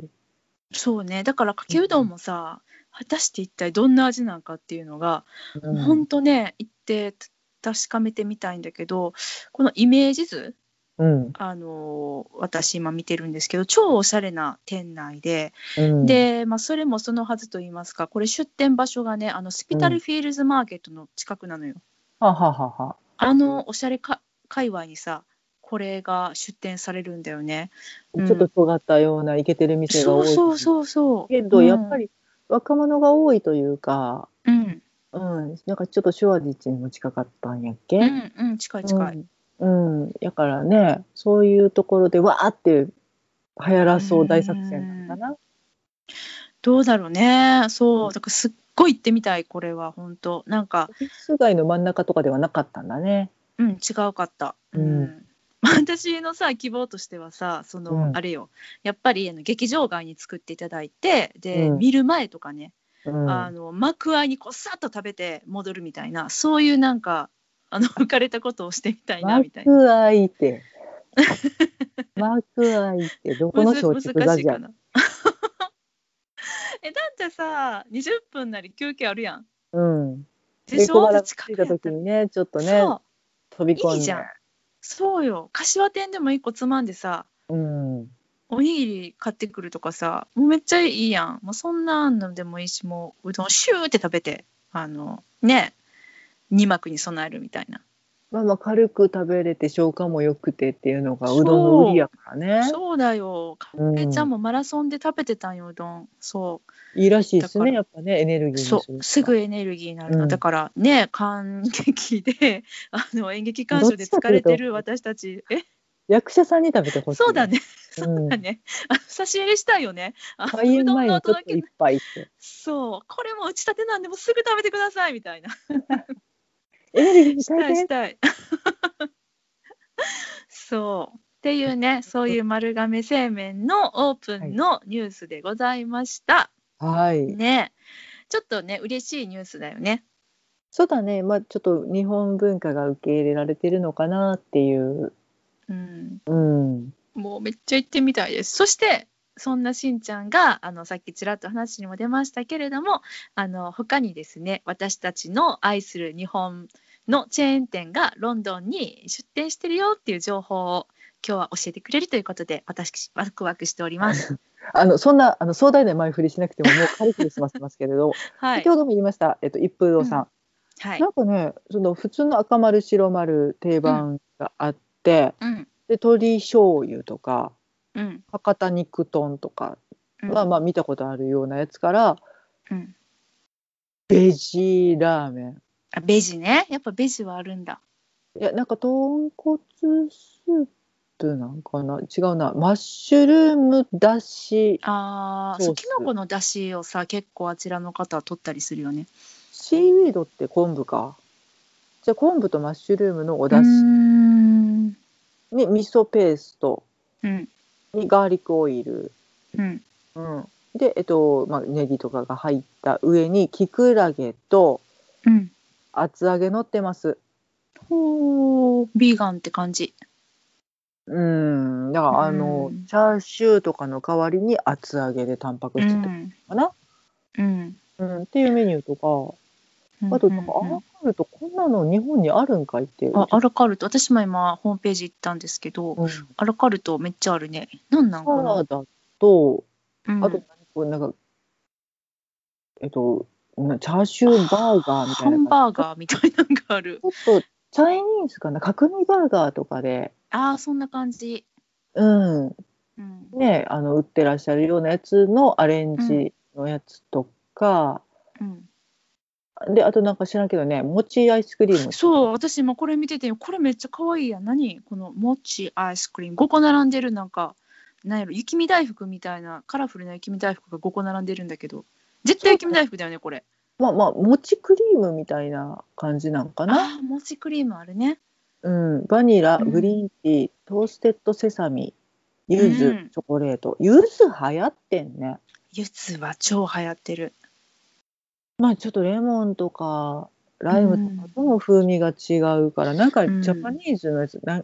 Speaker 1: そうねだからかけうどんもさ、果たして一体どんな味なんかっていうのが
Speaker 2: うん
Speaker 1: 本当ね行ってた確かめてみたいんだけどこのイメージ図、
Speaker 2: うん
Speaker 1: あのー私今見てるんですけど超おしゃれな店内で、
Speaker 2: うん、
Speaker 1: で、まあ、それもそのはずと言いますかこれ出店場所がねあのスピタルフィールズマーケットの近くなのよ。
Speaker 2: はははは
Speaker 1: あのおしゃれか界隈にさこれが出店されるんだよね。うん
Speaker 2: ちょっと尖ったようなイケてる店が
Speaker 1: そ
Speaker 2: 多
Speaker 1: う
Speaker 2: い
Speaker 1: そうそうそう。
Speaker 2: けど、やっぱ
Speaker 1: り、
Speaker 2: り若者が多いというか、
Speaker 1: うん
Speaker 2: うん、なんかちょっとシュワディッチにも近かったんやっけ、
Speaker 1: うんうん、近い近い。
Speaker 2: うん、うんやからねそういうところでわーって流行らそう大作戦なんだな
Speaker 1: どうだろうねそうだからすっごい行ってみたいこれは本当なんか
Speaker 2: オフィス街の真ん中とかではなかったんだね
Speaker 1: うん違うかった、
Speaker 2: うん
Speaker 1: まあ私のさ希望としてはさその、
Speaker 2: うん
Speaker 1: あれよやっぱりあの劇場外に作っていただいてで、
Speaker 2: うん
Speaker 1: 見る前とかね、
Speaker 2: うん
Speaker 1: あの幕間にこうさっと食べて戻るみたいなそういうなんかあの 浮かれたことをしてみたいなみたいな。
Speaker 2: 幕開いて 幕開いてどこの
Speaker 1: むず
Speaker 2: 小
Speaker 1: 難
Speaker 2: 竹座
Speaker 1: しい
Speaker 2: じゃ
Speaker 1: かな えだってさ20分なり休憩あるやん。
Speaker 2: うん
Speaker 1: でし
Speaker 2: 小
Speaker 1: ょ
Speaker 2: 腹つ
Speaker 1: 近
Speaker 2: い
Speaker 1: くや
Speaker 2: た
Speaker 1: ったら
Speaker 2: 時にねちょっとね
Speaker 1: そう
Speaker 2: 飛び込んで
Speaker 1: いいじゃんそうよ柏店でも一個つまんでさ
Speaker 2: うん
Speaker 1: おにぎり買ってくるとかさもうめっちゃいいやんもうそんなんのでもいいしもううどんシューって食べてあのね二幕に備えるみたいな
Speaker 2: まあまあ軽く食べれて消化も良くてっていうのがうどんの売りやからね。
Speaker 1: そうだよか
Speaker 2: うん
Speaker 1: けちゃんもマラソンで食べてたんようどんそ
Speaker 2: いいらしいです
Speaker 1: だか
Speaker 2: ね
Speaker 1: ら
Speaker 2: やっぱねエネルギ
Speaker 1: う
Speaker 2: ーに
Speaker 1: そうすぐ
Speaker 2: ど
Speaker 1: エネルギーになるの、
Speaker 2: うん
Speaker 1: だからね感激で あの演劇鑑賞で疲れてる私たちえ
Speaker 2: 役者さんに食べてほしい。
Speaker 1: そうだね
Speaker 2: うん。
Speaker 1: そうだね、あの差し入れしたいよねあの
Speaker 2: 開
Speaker 1: う
Speaker 2: 演
Speaker 1: どん
Speaker 2: 前
Speaker 1: の
Speaker 2: にちょ
Speaker 1: 音
Speaker 2: っ
Speaker 1: だ
Speaker 2: と
Speaker 1: け
Speaker 2: いっぱいって。
Speaker 1: そうこれも打ち立てなんでもうすぐ食べてくださいみたいな
Speaker 2: エネルギーに
Speaker 1: したい
Speaker 2: 変え。
Speaker 1: してたい そうっていうねそういう丸亀製麺のオープンのニュースでございました、
Speaker 2: はい。
Speaker 1: ねちょっとね嬉しいニュースだよね
Speaker 2: そうだね。まあちょっと日本文化が受け入れられてるのかなっていう。
Speaker 1: うん
Speaker 2: うん。
Speaker 1: もうめっちゃ行ってみたいですそしてそんなしんちゃんがあのさっきちらっと話にも出ましたけれどもあの他にですね私たちの愛する日本のチェーン店がロンドンに出店してるよっていう情報を今日は教えてくれるということで私ワクワクしており ます。
Speaker 2: あのそんなあの壮大な前振りしなくてももう軽く済ませますけれど、
Speaker 1: はい
Speaker 2: 先。ほども言いました、えっと、一風堂さん、
Speaker 1: はい
Speaker 2: な。んかねその普通の赤丸白丸定番があって、
Speaker 1: うん
Speaker 2: で鶏醤油とか
Speaker 1: うん
Speaker 2: 博多肉豚とか
Speaker 1: うん。
Speaker 2: は、まあ、見たことあるようなやつから
Speaker 1: うん。
Speaker 2: ベジラーメン
Speaker 1: あベジね。やっぱベジはあるんだ。
Speaker 2: いやなんか豚骨スープなんかな違うなマッシュルームだし
Speaker 1: ああ、
Speaker 2: そ
Speaker 1: そう
Speaker 2: っ
Speaker 1: う
Speaker 2: す
Speaker 1: キノコの出汁をさ結構あちらの方は取ったりするよね。
Speaker 2: シーウィードって昆布かじゃあ昆布とマッシュルームのお
Speaker 1: うー
Speaker 2: だし
Speaker 1: ん。
Speaker 2: に味噌ペースト
Speaker 1: うん
Speaker 2: にガーリックオイル、
Speaker 1: うん
Speaker 2: うん、で、えっとまあ、ネギとかが入った上にきくらげと
Speaker 1: うん。
Speaker 2: 厚揚げ乗ってます
Speaker 1: ほービーガンって感じ。
Speaker 2: うんだからあの
Speaker 1: うん
Speaker 2: チャーシューとかの代わりに厚揚げでタンパク
Speaker 1: う
Speaker 2: 質って
Speaker 1: ん。
Speaker 2: かな、
Speaker 1: うん。
Speaker 2: うんっていうメニューとかあとなんか
Speaker 1: うん
Speaker 2: ア
Speaker 1: うんう
Speaker 2: ラ
Speaker 1: ん
Speaker 2: カルトこんなの日本にあるんかいっていう
Speaker 1: あアラカルト私も今ホームページ行ったんですけど、
Speaker 2: うん、
Speaker 1: アラカルトめっちゃあるね。なんなんか
Speaker 2: サ
Speaker 1: な
Speaker 2: ラ。ダと
Speaker 1: うん
Speaker 2: あとこうなんか、えっと、なチャーシューバーガーみた
Speaker 1: ハ
Speaker 2: い
Speaker 1: ン
Speaker 2: な感
Speaker 1: バーガーみたいなのがある。
Speaker 2: じ。ちょっと、チャイニーズかな角煮バーガーとかで、
Speaker 1: ああそんな感じ。
Speaker 2: うん、
Speaker 1: うん。
Speaker 2: ね、あの、売ってらっしゃるようなやつのアレンジのやつとか、
Speaker 1: うん、
Speaker 2: で、あとなんか知らんけどね、餅アイスクリーム。
Speaker 1: そう私今これ見ててこれめっちゃ可愛いやん何このもちアイスクリーム5個並んでるなんかなんやろ雪見大福みたいなカラフルな雪見大福が5個並んでるんだけど絶対雪見大福だよねこれ
Speaker 2: まあまあ、餅クリームみたいな感じなんかな。
Speaker 1: ああもちクリームあるね
Speaker 2: うん、バニラ、
Speaker 1: うん
Speaker 2: グリーンティー、トーステッドセサミ、ユーズ、
Speaker 1: うん
Speaker 2: チョコレート。ユーズ流行ってんね。
Speaker 1: ゆずは超流行ってる
Speaker 2: まあちょっとレモンとかライムとかとも風味が違うから、なんかジ
Speaker 1: うん
Speaker 2: ャパニーズのやつ、なん、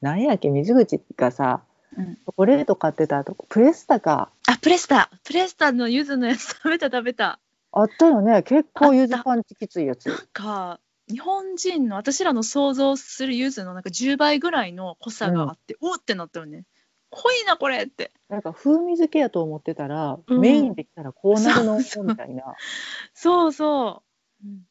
Speaker 2: なんやっけ水口がさ、
Speaker 1: うん
Speaker 2: チョコレート買ってたとこプレスタか
Speaker 1: あプレスタプレスタのゆずのやつ 食べた食べた
Speaker 2: あったよね結構ゆ
Speaker 1: あっ
Speaker 2: ず
Speaker 1: た
Speaker 2: パンチきついやつ
Speaker 1: なんか日本人の私らの想像するゆずのなんか10倍ぐらいの濃さがあって、おおってなったよね濃いなこれって
Speaker 2: なんか風味付けやと思ってたら、
Speaker 1: うん
Speaker 2: メインできたらこうなる
Speaker 1: そ
Speaker 2: の
Speaker 1: うそう
Speaker 2: みたいな、
Speaker 1: そうそう、うん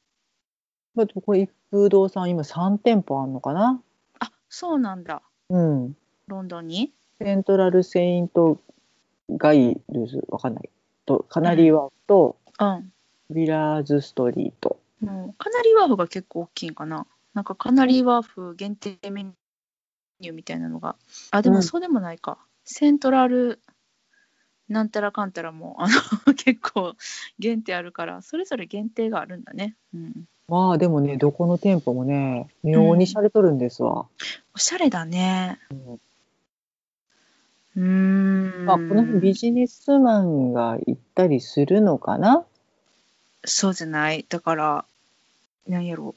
Speaker 2: まあ、でもこれ一風堂さん今3店舗あんのかな
Speaker 1: あそうなんだ
Speaker 2: うん
Speaker 1: ロンドンに
Speaker 2: セントラルセイントガイルズわかんないとカナリーワークと
Speaker 1: うん、
Speaker 2: ヴィラーズストリート
Speaker 1: うん、カナリーワーフが結構大きいんかななんかカナリーワーフ限定メニューみたいなのがあで
Speaker 2: う
Speaker 1: も
Speaker 2: ん
Speaker 1: そうでもないか、セントラルなんたらかんたらもあの 結構限定あるからそれぞれ限定があるんだね、うん、
Speaker 2: まあでもねどこの店舗もね妙に洒落とるんですわ、
Speaker 1: おしゃれだね
Speaker 2: うん
Speaker 1: うーん
Speaker 2: まあ、この辺ビジネスマンが行ったりするのか な
Speaker 1: そうじゃないだからなんやろ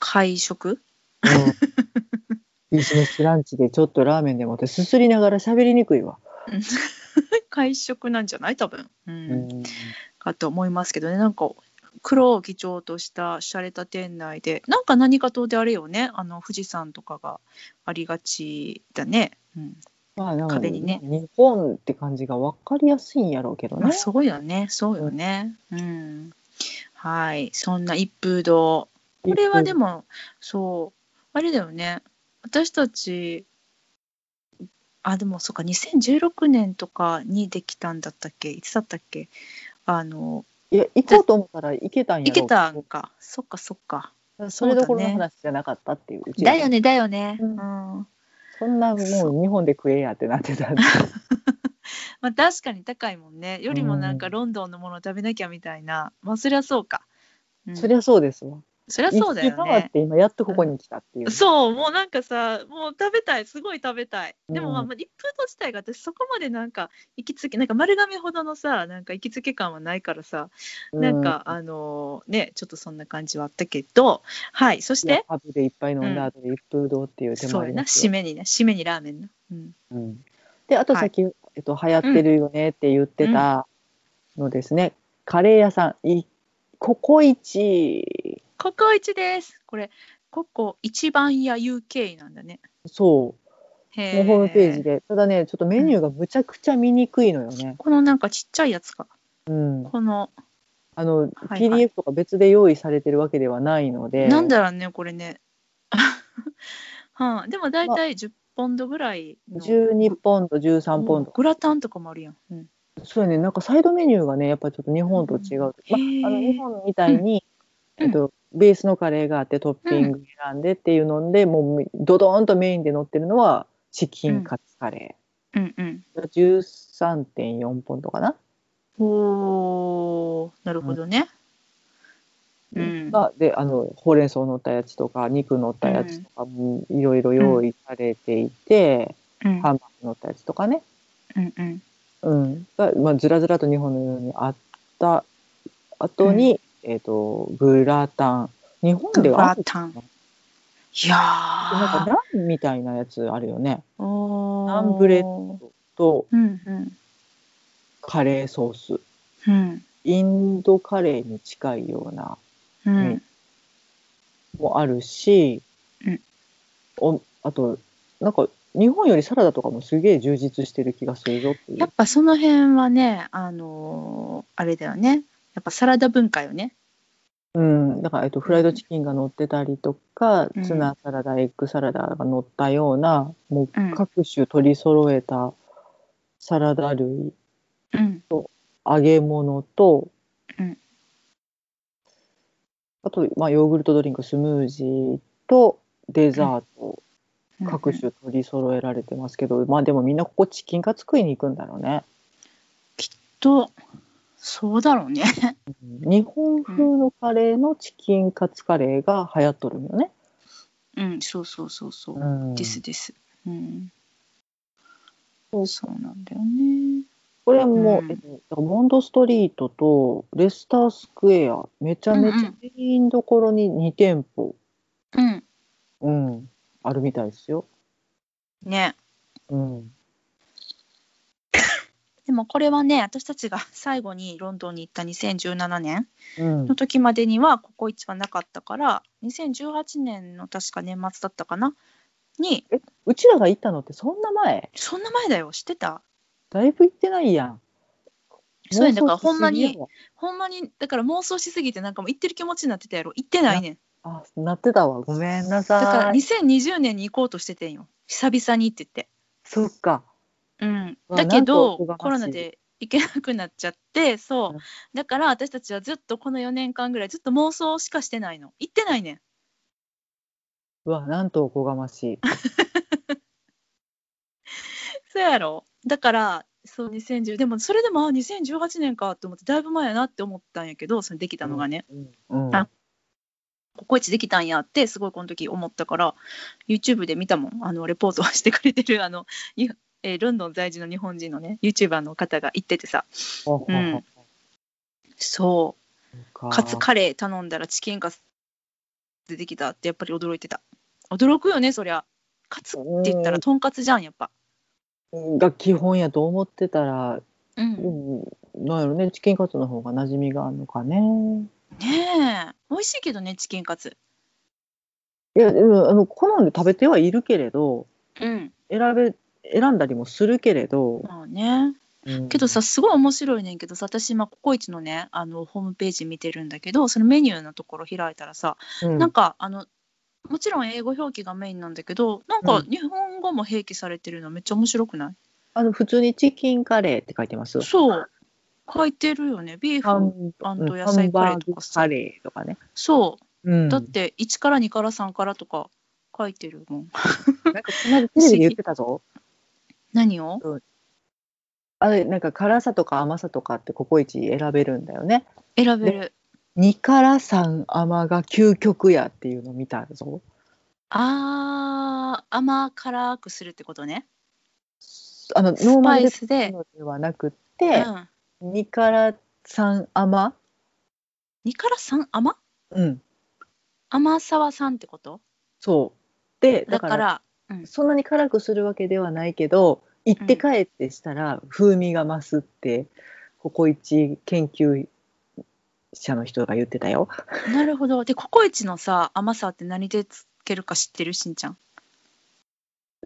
Speaker 1: 会食
Speaker 2: うんビジネスランチでちょっとラーメンでもってすすりながら喋りにくいわ、
Speaker 1: 会食なんじゃない多分
Speaker 2: うん
Speaker 1: かと思いますけどねなんか黒を基調とした洒落た店内でなんか何かとであれよねあの富士山とかがありがちだね、うん
Speaker 2: まあなんか
Speaker 1: 壁にね
Speaker 2: 日本って感じが分かりやすいんやろうけど
Speaker 1: ま
Speaker 2: ね
Speaker 1: あ、そうよねそうよねうんはいそんな一風堂これはで
Speaker 2: も
Speaker 1: もそうあれだよね私たちあでもそっか2016年とかにできたんだったっけいつだったっけあの
Speaker 2: いや行こうと思ったら行けたんやろ
Speaker 1: 行けたんかそっかそっか
Speaker 2: それどころの
Speaker 1: そうだね
Speaker 2: 話じゃなかったっていううち
Speaker 1: だよねだよね
Speaker 2: う
Speaker 1: うんん、ま
Speaker 2: そんなもう日本で食えやってなってたんで
Speaker 1: あ確かに高いもんねよりもなん
Speaker 2: う
Speaker 1: か
Speaker 2: ん
Speaker 1: ロンドンのものを食べなきゃみたいなまあそりゃそうか、うん
Speaker 2: そりゃそうですわ
Speaker 1: そりゃそうだ
Speaker 2: 一
Speaker 1: よ
Speaker 2: 周回っ
Speaker 1: ね
Speaker 2: て今やっとここに来たっていう、
Speaker 1: そうもうなんかさもう食べたいすごい食べたいでもまあ
Speaker 2: うん
Speaker 1: まあ一風堂自体が私そこまでなんか行きつけなんか丸亀ほどのさなんか行きつけ感はないからさ、なんかあのーねちょっとそんな感じはあったけどはいそし
Speaker 2: いや
Speaker 1: て
Speaker 2: パブでいっぱい飲んだ後で一風堂っていう手も
Speaker 1: そ
Speaker 2: あ
Speaker 1: う
Speaker 2: り
Speaker 1: やな
Speaker 2: ます
Speaker 1: 締
Speaker 2: よ、
Speaker 1: めにね締めにラーメンな、うん、
Speaker 2: うんであとさっき、えっと、流行ってるよねって言ってたのですね、カレー屋さんいココイチ
Speaker 1: ココイチですこれココ一番屋 UK なんだね
Speaker 2: そ
Speaker 1: へ
Speaker 2: のホームページ
Speaker 1: で。
Speaker 2: で、ただね、ちょっとメニューがむちゃくちゃ見にくいのよね。
Speaker 1: このなんかちっちゃいやつか。
Speaker 2: うん、
Speaker 1: この、
Speaker 2: あの、
Speaker 1: はいはい
Speaker 2: PDF とか別で用意されてるわけではないので、
Speaker 1: なんだろうね、これね。 はあ、でも大体10ポンドぐらいの。
Speaker 2: 12ポンド、13ポンド、
Speaker 1: グラタンとかもあるやん。うん、
Speaker 2: そうやね、なんかサイドメニューがね、やっぱりちょっと日本と違う。
Speaker 1: へー
Speaker 2: まあ、あの日本みたいに、
Speaker 1: うん
Speaker 2: えっと、ベースのカレーがあってトッピング選んでっていうので、もうドドーンとメインで乗ってるのはチキンカツカレ
Speaker 1: うんうん。
Speaker 2: ー、13.4ポンドかな、
Speaker 1: おー、なるほどね。うん。
Speaker 2: がであのほうれん草乗ったやつとか肉乗ったやつとかもいろいろ用意されていて、
Speaker 1: うん
Speaker 2: ハンバーグ乗ったやつとかね、
Speaker 1: うんうん。
Speaker 2: うんがまあ、ずらずらと日本のようにあった後に、えっとグラタン日本
Speaker 1: グ
Speaker 2: では
Speaker 1: ラ
Speaker 2: ある
Speaker 1: タン。
Speaker 2: で
Speaker 1: いや
Speaker 2: なん
Speaker 1: ー
Speaker 2: か。ナンみたいなやつあるよね
Speaker 1: おー
Speaker 2: ナンブレッ
Speaker 1: うん
Speaker 2: と
Speaker 1: うん。
Speaker 2: カレーソース
Speaker 1: うん。
Speaker 2: インドカレーに近いような
Speaker 1: うん。
Speaker 2: もあるし、
Speaker 1: うん
Speaker 2: おあとなんか日本よりサラダとかもすげえ充実してる気がするぞってい
Speaker 1: や
Speaker 2: う
Speaker 1: っぱその辺はね、あのーあれだよね。やっぱサラダ文化よね。
Speaker 2: うん、だから、えっと、フライドチキンが乗ってたりとか、
Speaker 1: うん
Speaker 2: ツナサラダエッグサラダが乗ったようなも
Speaker 1: う
Speaker 2: う
Speaker 1: ん
Speaker 2: 各種取り揃えたサラダ類
Speaker 1: うん。
Speaker 2: 揚げ物と、
Speaker 1: うん
Speaker 2: あと、まあ、ヨーグルトドリンクスムージーとデザート、
Speaker 1: うん
Speaker 2: 各種取り揃えられてますけど、まあでもみんなここチキンカツ食いに行くんだろうね。
Speaker 1: と、そうだろうね。
Speaker 2: 日本風のカレーのチキンカツカレーが流行っとるんよね。
Speaker 1: うん、そうそうそうそう。
Speaker 2: うん
Speaker 1: ですです。うん。
Speaker 2: そう
Speaker 1: そうなんだよね。
Speaker 2: これも、
Speaker 1: うん
Speaker 2: えっと、だからモンドストリートとレスタースクエアめちゃめ
Speaker 1: うん
Speaker 2: ち
Speaker 1: う
Speaker 2: ゃ
Speaker 1: ん
Speaker 2: メインどころに2店舗、
Speaker 1: うん。
Speaker 2: うんあるみたいですよ。
Speaker 1: ね。
Speaker 2: うん、
Speaker 1: でもこれはね、私たちが 最後にロンドンに行った2017年
Speaker 2: うん
Speaker 1: の時までには、ここ一はなかったから、2018年の確か年末だったかな。に、
Speaker 2: うちらが行ったのってそんな前
Speaker 1: そんな前だよ、知ってた
Speaker 2: だいぶ行ってないやん。
Speaker 1: そうやねだ
Speaker 2: も
Speaker 1: から
Speaker 2: 少し
Speaker 1: ほんま
Speaker 2: 過ぎ
Speaker 1: に
Speaker 2: やわ。
Speaker 1: ほんまにだから妄想しすぎてなんかもう行ってる気持ちになってたやろ行ってないねん
Speaker 2: あなってたわごめんな
Speaker 1: だから
Speaker 2: さい。
Speaker 1: 2020年に行こうとしててんよ久々にって言って
Speaker 2: そっか。
Speaker 1: うん
Speaker 2: うわ
Speaker 1: だけ
Speaker 2: なん
Speaker 1: ど
Speaker 2: とおこがましい
Speaker 1: コロナで行けなくなっちゃってそううんだから私たちはずっとこの4年間ぐらいずっと妄想しかしてないの行ってないねん
Speaker 2: うわなんとおこがましい。
Speaker 1: そうやろだからそう2010でもそれでもあ2018年かと思ってだいぶ前やなって思ったんやけどそれできたのがね、
Speaker 2: うん。うん
Speaker 1: あココイチできたんやってすごいこの時思ったから YouTube で見たもんあのレポートをしてくれてるあの、ゆえーロンドン在住の日本人のね YouTuber の方が行っててさ
Speaker 2: ほほほ
Speaker 1: うんそ
Speaker 2: そう
Speaker 1: う
Speaker 2: か
Speaker 1: カツカレー頼んだらチキンカツ出てきたってやっぱり驚いてた驚くよねそりゃカツって言ったらとんかつじゃんやっぱ
Speaker 2: が基本やと思ってたら
Speaker 1: うん
Speaker 2: うん、なんやろねチキンカツの方が馴染みがあるのかね。
Speaker 1: ねえ美味しいけどねチキンカツ
Speaker 2: いやでもあの好んで食べてはいるけれど
Speaker 1: うん
Speaker 2: 選べ選んだりもするけれど、
Speaker 1: まあね
Speaker 2: うん
Speaker 1: けどさすごい面白いねんけどさ私今ココイチのねあのホームページ見てるんだけどそのメニューのところ開いたらさ
Speaker 2: うん
Speaker 1: なんかあのもちろん英語表記がメインなんだけどなん
Speaker 2: う
Speaker 1: か
Speaker 2: ん
Speaker 1: 日本語も併記されてるのめっちゃ面白くない、
Speaker 2: あの普通にチキンカレーって書いてます。
Speaker 1: そう書いてるよねビー
Speaker 2: ハ
Speaker 1: フ
Speaker 2: ン
Speaker 1: あ
Speaker 2: うん
Speaker 1: と野菜カレ
Speaker 2: ハンバ
Speaker 1: ーと
Speaker 2: グ
Speaker 1: かさ
Speaker 2: カレーとかね。
Speaker 1: そ
Speaker 2: うん
Speaker 1: う
Speaker 2: な
Speaker 1: だ
Speaker 2: ん
Speaker 1: っ
Speaker 2: か
Speaker 1: て1から2から3からとか書いてるもん
Speaker 2: この間テレビで言ってたぞ。
Speaker 1: 何を
Speaker 2: あれなんか辛さとか甘さとかってココイチ選べるんだよね。
Speaker 1: 選べる
Speaker 2: 2辛3甘が究極やっていうの見たぞ。
Speaker 1: あー甘辛くするってことね
Speaker 2: あのノー
Speaker 1: ス
Speaker 2: マ
Speaker 1: パ
Speaker 2: ルで
Speaker 1: イスで
Speaker 2: のではなく
Speaker 1: う
Speaker 2: て、
Speaker 1: ん、
Speaker 2: 2から3甘、
Speaker 1: 2から3甘
Speaker 2: うん、
Speaker 1: 甘さは3ってこと
Speaker 2: そうで
Speaker 1: だ
Speaker 2: だか
Speaker 1: からら
Speaker 2: そんなに辛くするわけではないけど行って帰ってしたら風味が増すって、ココイチ研究者の人が言ってたよ
Speaker 1: なるほどでココイチのさ甘さって何でつけるか知ってるしんちゃん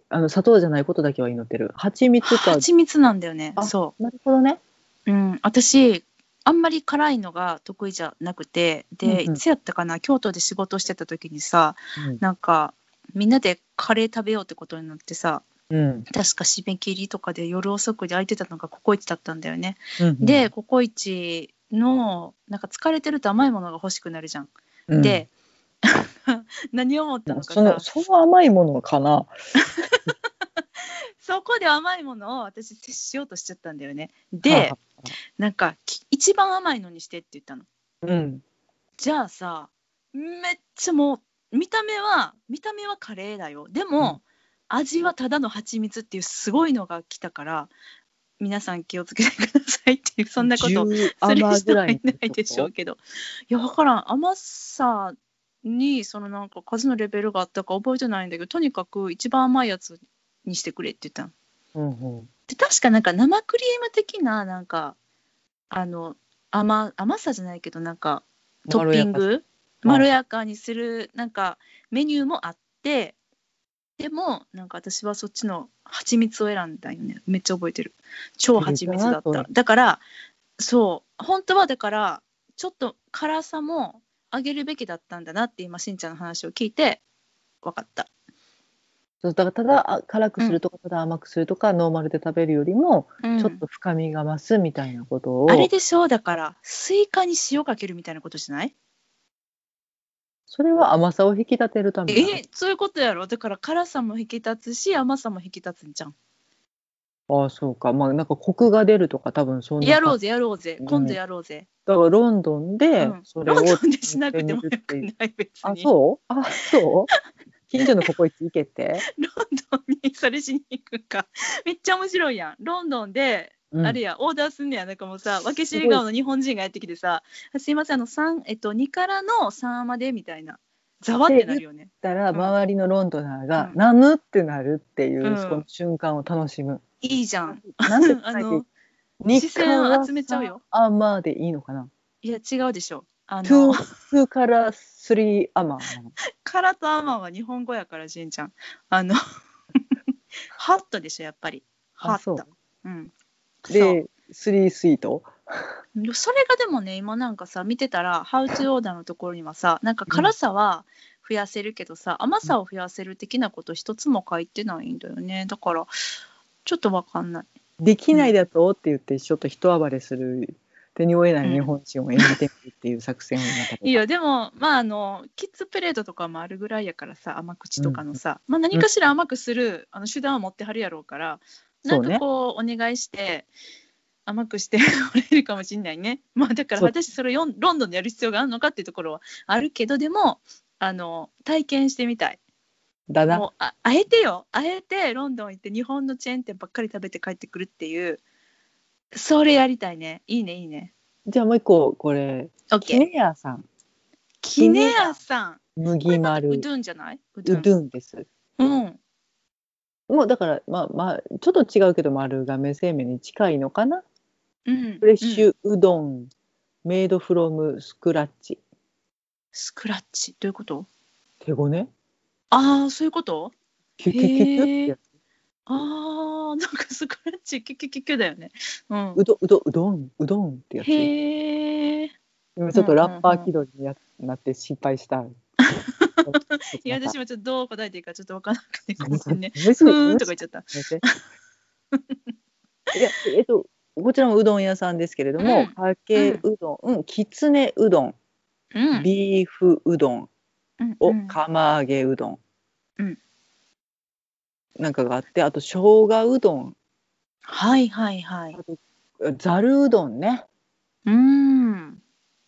Speaker 2: あの砂糖じゃないことだけは祈ってる蜂蜜か
Speaker 1: 蜂蜜なんだよね
Speaker 2: あ
Speaker 1: そ
Speaker 2: なるほどね
Speaker 1: う、うん、私あんまり辛いのが得意じゃなくてで、
Speaker 2: うんうん
Speaker 1: いつやったかな京都で仕事してた時にさ
Speaker 2: うん
Speaker 1: なんかみんなでカレー食べようってことになってさ
Speaker 2: うん
Speaker 1: 確か締め切りとかで夜遅くで空いてたのがココイチだったんだよね。
Speaker 2: うん
Speaker 1: で、ココイチのなんか疲れてると甘いものが欲しくなるじゃん。
Speaker 2: うん
Speaker 1: で 何を思ったのか
Speaker 2: その
Speaker 1: さ
Speaker 2: その甘いものかな
Speaker 1: そこで甘いものを私摂取しようとしちゃったんだよね。
Speaker 2: は
Speaker 1: で
Speaker 2: あ
Speaker 1: なんかき一番甘いのにしてって言ったの。
Speaker 2: うん
Speaker 1: じゃあさめっちゃもう見た目は見た目はカレーだよでも、味はただの蜂蜜っていうすごいのが来たから皆さん気をつけてくださいっていうそんなことを
Speaker 2: 10
Speaker 1: する
Speaker 2: 甘
Speaker 1: 人
Speaker 2: ぐ
Speaker 1: は
Speaker 2: らい
Speaker 1: いないでしょうけどいや分からん甘さにそのなんか数のレベルがあったか覚えてないんだけどとにかく一番甘いやつにしてくれって言ったの。
Speaker 2: うんうん
Speaker 1: で確かなんか生クリーム的ななんかあの甘甘さじゃないけどなんかトッピングま
Speaker 2: ま
Speaker 1: ろ
Speaker 2: ろ
Speaker 1: やかにするなんかメニューもあってでもなんか私はそっちの蜂蜜を選んだよねめっちゃ覚えてる超蜂蜜だっ
Speaker 2: いいな
Speaker 1: ただからそう本当はだからちょっと辛さも上げるべきだったんだなって今しんちゃんの話を聞いて分かった
Speaker 2: そうだからただあ辛くするとかただ甘くするとか、ノーマルで食べるよりもちょっと深みが増すみたいなことを、
Speaker 1: あれでしょだからスイカに塩かけるみたいなことじゃない
Speaker 2: それは甘さを引き立てるため
Speaker 1: えそういうことやろだから辛さも引き立つし甘さも引き立つんじゃん
Speaker 2: ああそうかまあなんかコクが出るとか多分そんな
Speaker 1: やろう
Speaker 2: ぜ
Speaker 1: ぜやろうぜ
Speaker 2: うん
Speaker 1: 今度やろうぜ、
Speaker 2: だからロンドンで
Speaker 1: うん
Speaker 2: それを、
Speaker 1: ロンドンでしなくてもよくない別
Speaker 2: あ
Speaker 1: に
Speaker 2: そうあそう近所のココイチ行 けて、
Speaker 1: ロンドンにそれしに行くか めっちゃ面白いやんロンドンで、
Speaker 2: うん
Speaker 1: あれやオーダーすんねやなんかもうさ分け知り顔の日本人がやってきてさ「あすいませんあの三えっと、2からの3まで」みたいなざわってなるよね
Speaker 2: たら
Speaker 1: うん
Speaker 2: 周りのロンドナーが
Speaker 1: う
Speaker 2: 「
Speaker 1: ん
Speaker 2: なむ?」ってなるっていう、
Speaker 1: うん
Speaker 2: その瞬間を楽しむ。
Speaker 1: いいじゃん
Speaker 2: なんて
Speaker 1: あ
Speaker 2: 書いて
Speaker 1: の
Speaker 2: 日
Speaker 1: 視線を集めちゃうよ
Speaker 2: カワサアマーでいいのかない
Speaker 1: や違うでしょあの
Speaker 2: ?2, 2から3アマーなの。
Speaker 1: カラとアマンは日本語やからじんちゃんあ のハットでしょやっぱりハッ
Speaker 2: あそう
Speaker 1: トうんそう
Speaker 2: で3スイート
Speaker 1: それがでもね今なんかさ見てたらハウツーオーダーのところにはさなんか辛さは増やせるけどさ甘さを増やせる的なこと一つも書いてないんだよねだからちょっとわかんない
Speaker 2: できないだとって言ってちょっと人暴れする手に負えない日本人を演じてみるっていう作戦をなんか
Speaker 1: いやでもまああのキッズプレートとかもあるぐらいやからさ甘口とかのさ、まあ、何かしら甘くする、あの手段は持ってはるやろうからなん
Speaker 2: そう
Speaker 1: か
Speaker 2: ね
Speaker 1: こうお願いして甘くしてもらえるかもしんないねまあだから
Speaker 2: そう
Speaker 1: 私それをロンドンでやる必要があるのかっていうところはあるけどでもあの体験してみたい
Speaker 2: だな。
Speaker 1: もうああえてよあえてロンドン行って日本のチェーン店ばっかり食べて帰ってくるっていうそれやりたいねいいねいいね
Speaker 2: じゃあもう一個これ
Speaker 1: OK
Speaker 2: ケネアさん
Speaker 1: キネアさん
Speaker 2: 麦丸
Speaker 1: う
Speaker 2: う
Speaker 1: どんじゃないう
Speaker 2: ど
Speaker 1: どん
Speaker 2: んです。
Speaker 1: うん。
Speaker 2: もうだからまあまあちょっと違うけど丸亀製麺に近いのかな。
Speaker 1: うん。
Speaker 2: フレッシ
Speaker 1: うん
Speaker 2: ュうどん、メイドフロムスクラッチ
Speaker 1: スクラッチ。どういうこと
Speaker 2: 手ごね
Speaker 1: ああ、そういうこと
Speaker 2: キュキュキュキュってやつ
Speaker 1: ああ、なんかスクラッチ、キュキュキュキュだよね。うん。
Speaker 2: うどうどうどんうどんってやつ。
Speaker 1: へえ。
Speaker 2: 今ちょっとラッパー気取りにやなって失敗した。。
Speaker 1: いや、私もちょっとどう答えていいかちょっとわからなくてごめんね
Speaker 2: 無視
Speaker 1: ふーんとか言っちゃった。
Speaker 2: やめていやえっとこちらもうどん屋さんですけれども、
Speaker 1: うん
Speaker 2: かけうどん、うん、きつねうどん、
Speaker 1: うん。
Speaker 2: ビーフうどん
Speaker 1: うん
Speaker 2: を
Speaker 1: うん
Speaker 2: 釜揚げうどん、
Speaker 1: うん
Speaker 2: なんかがあってあと生姜うどん
Speaker 1: はいはいはい。
Speaker 2: ざるうどんね
Speaker 1: うーん。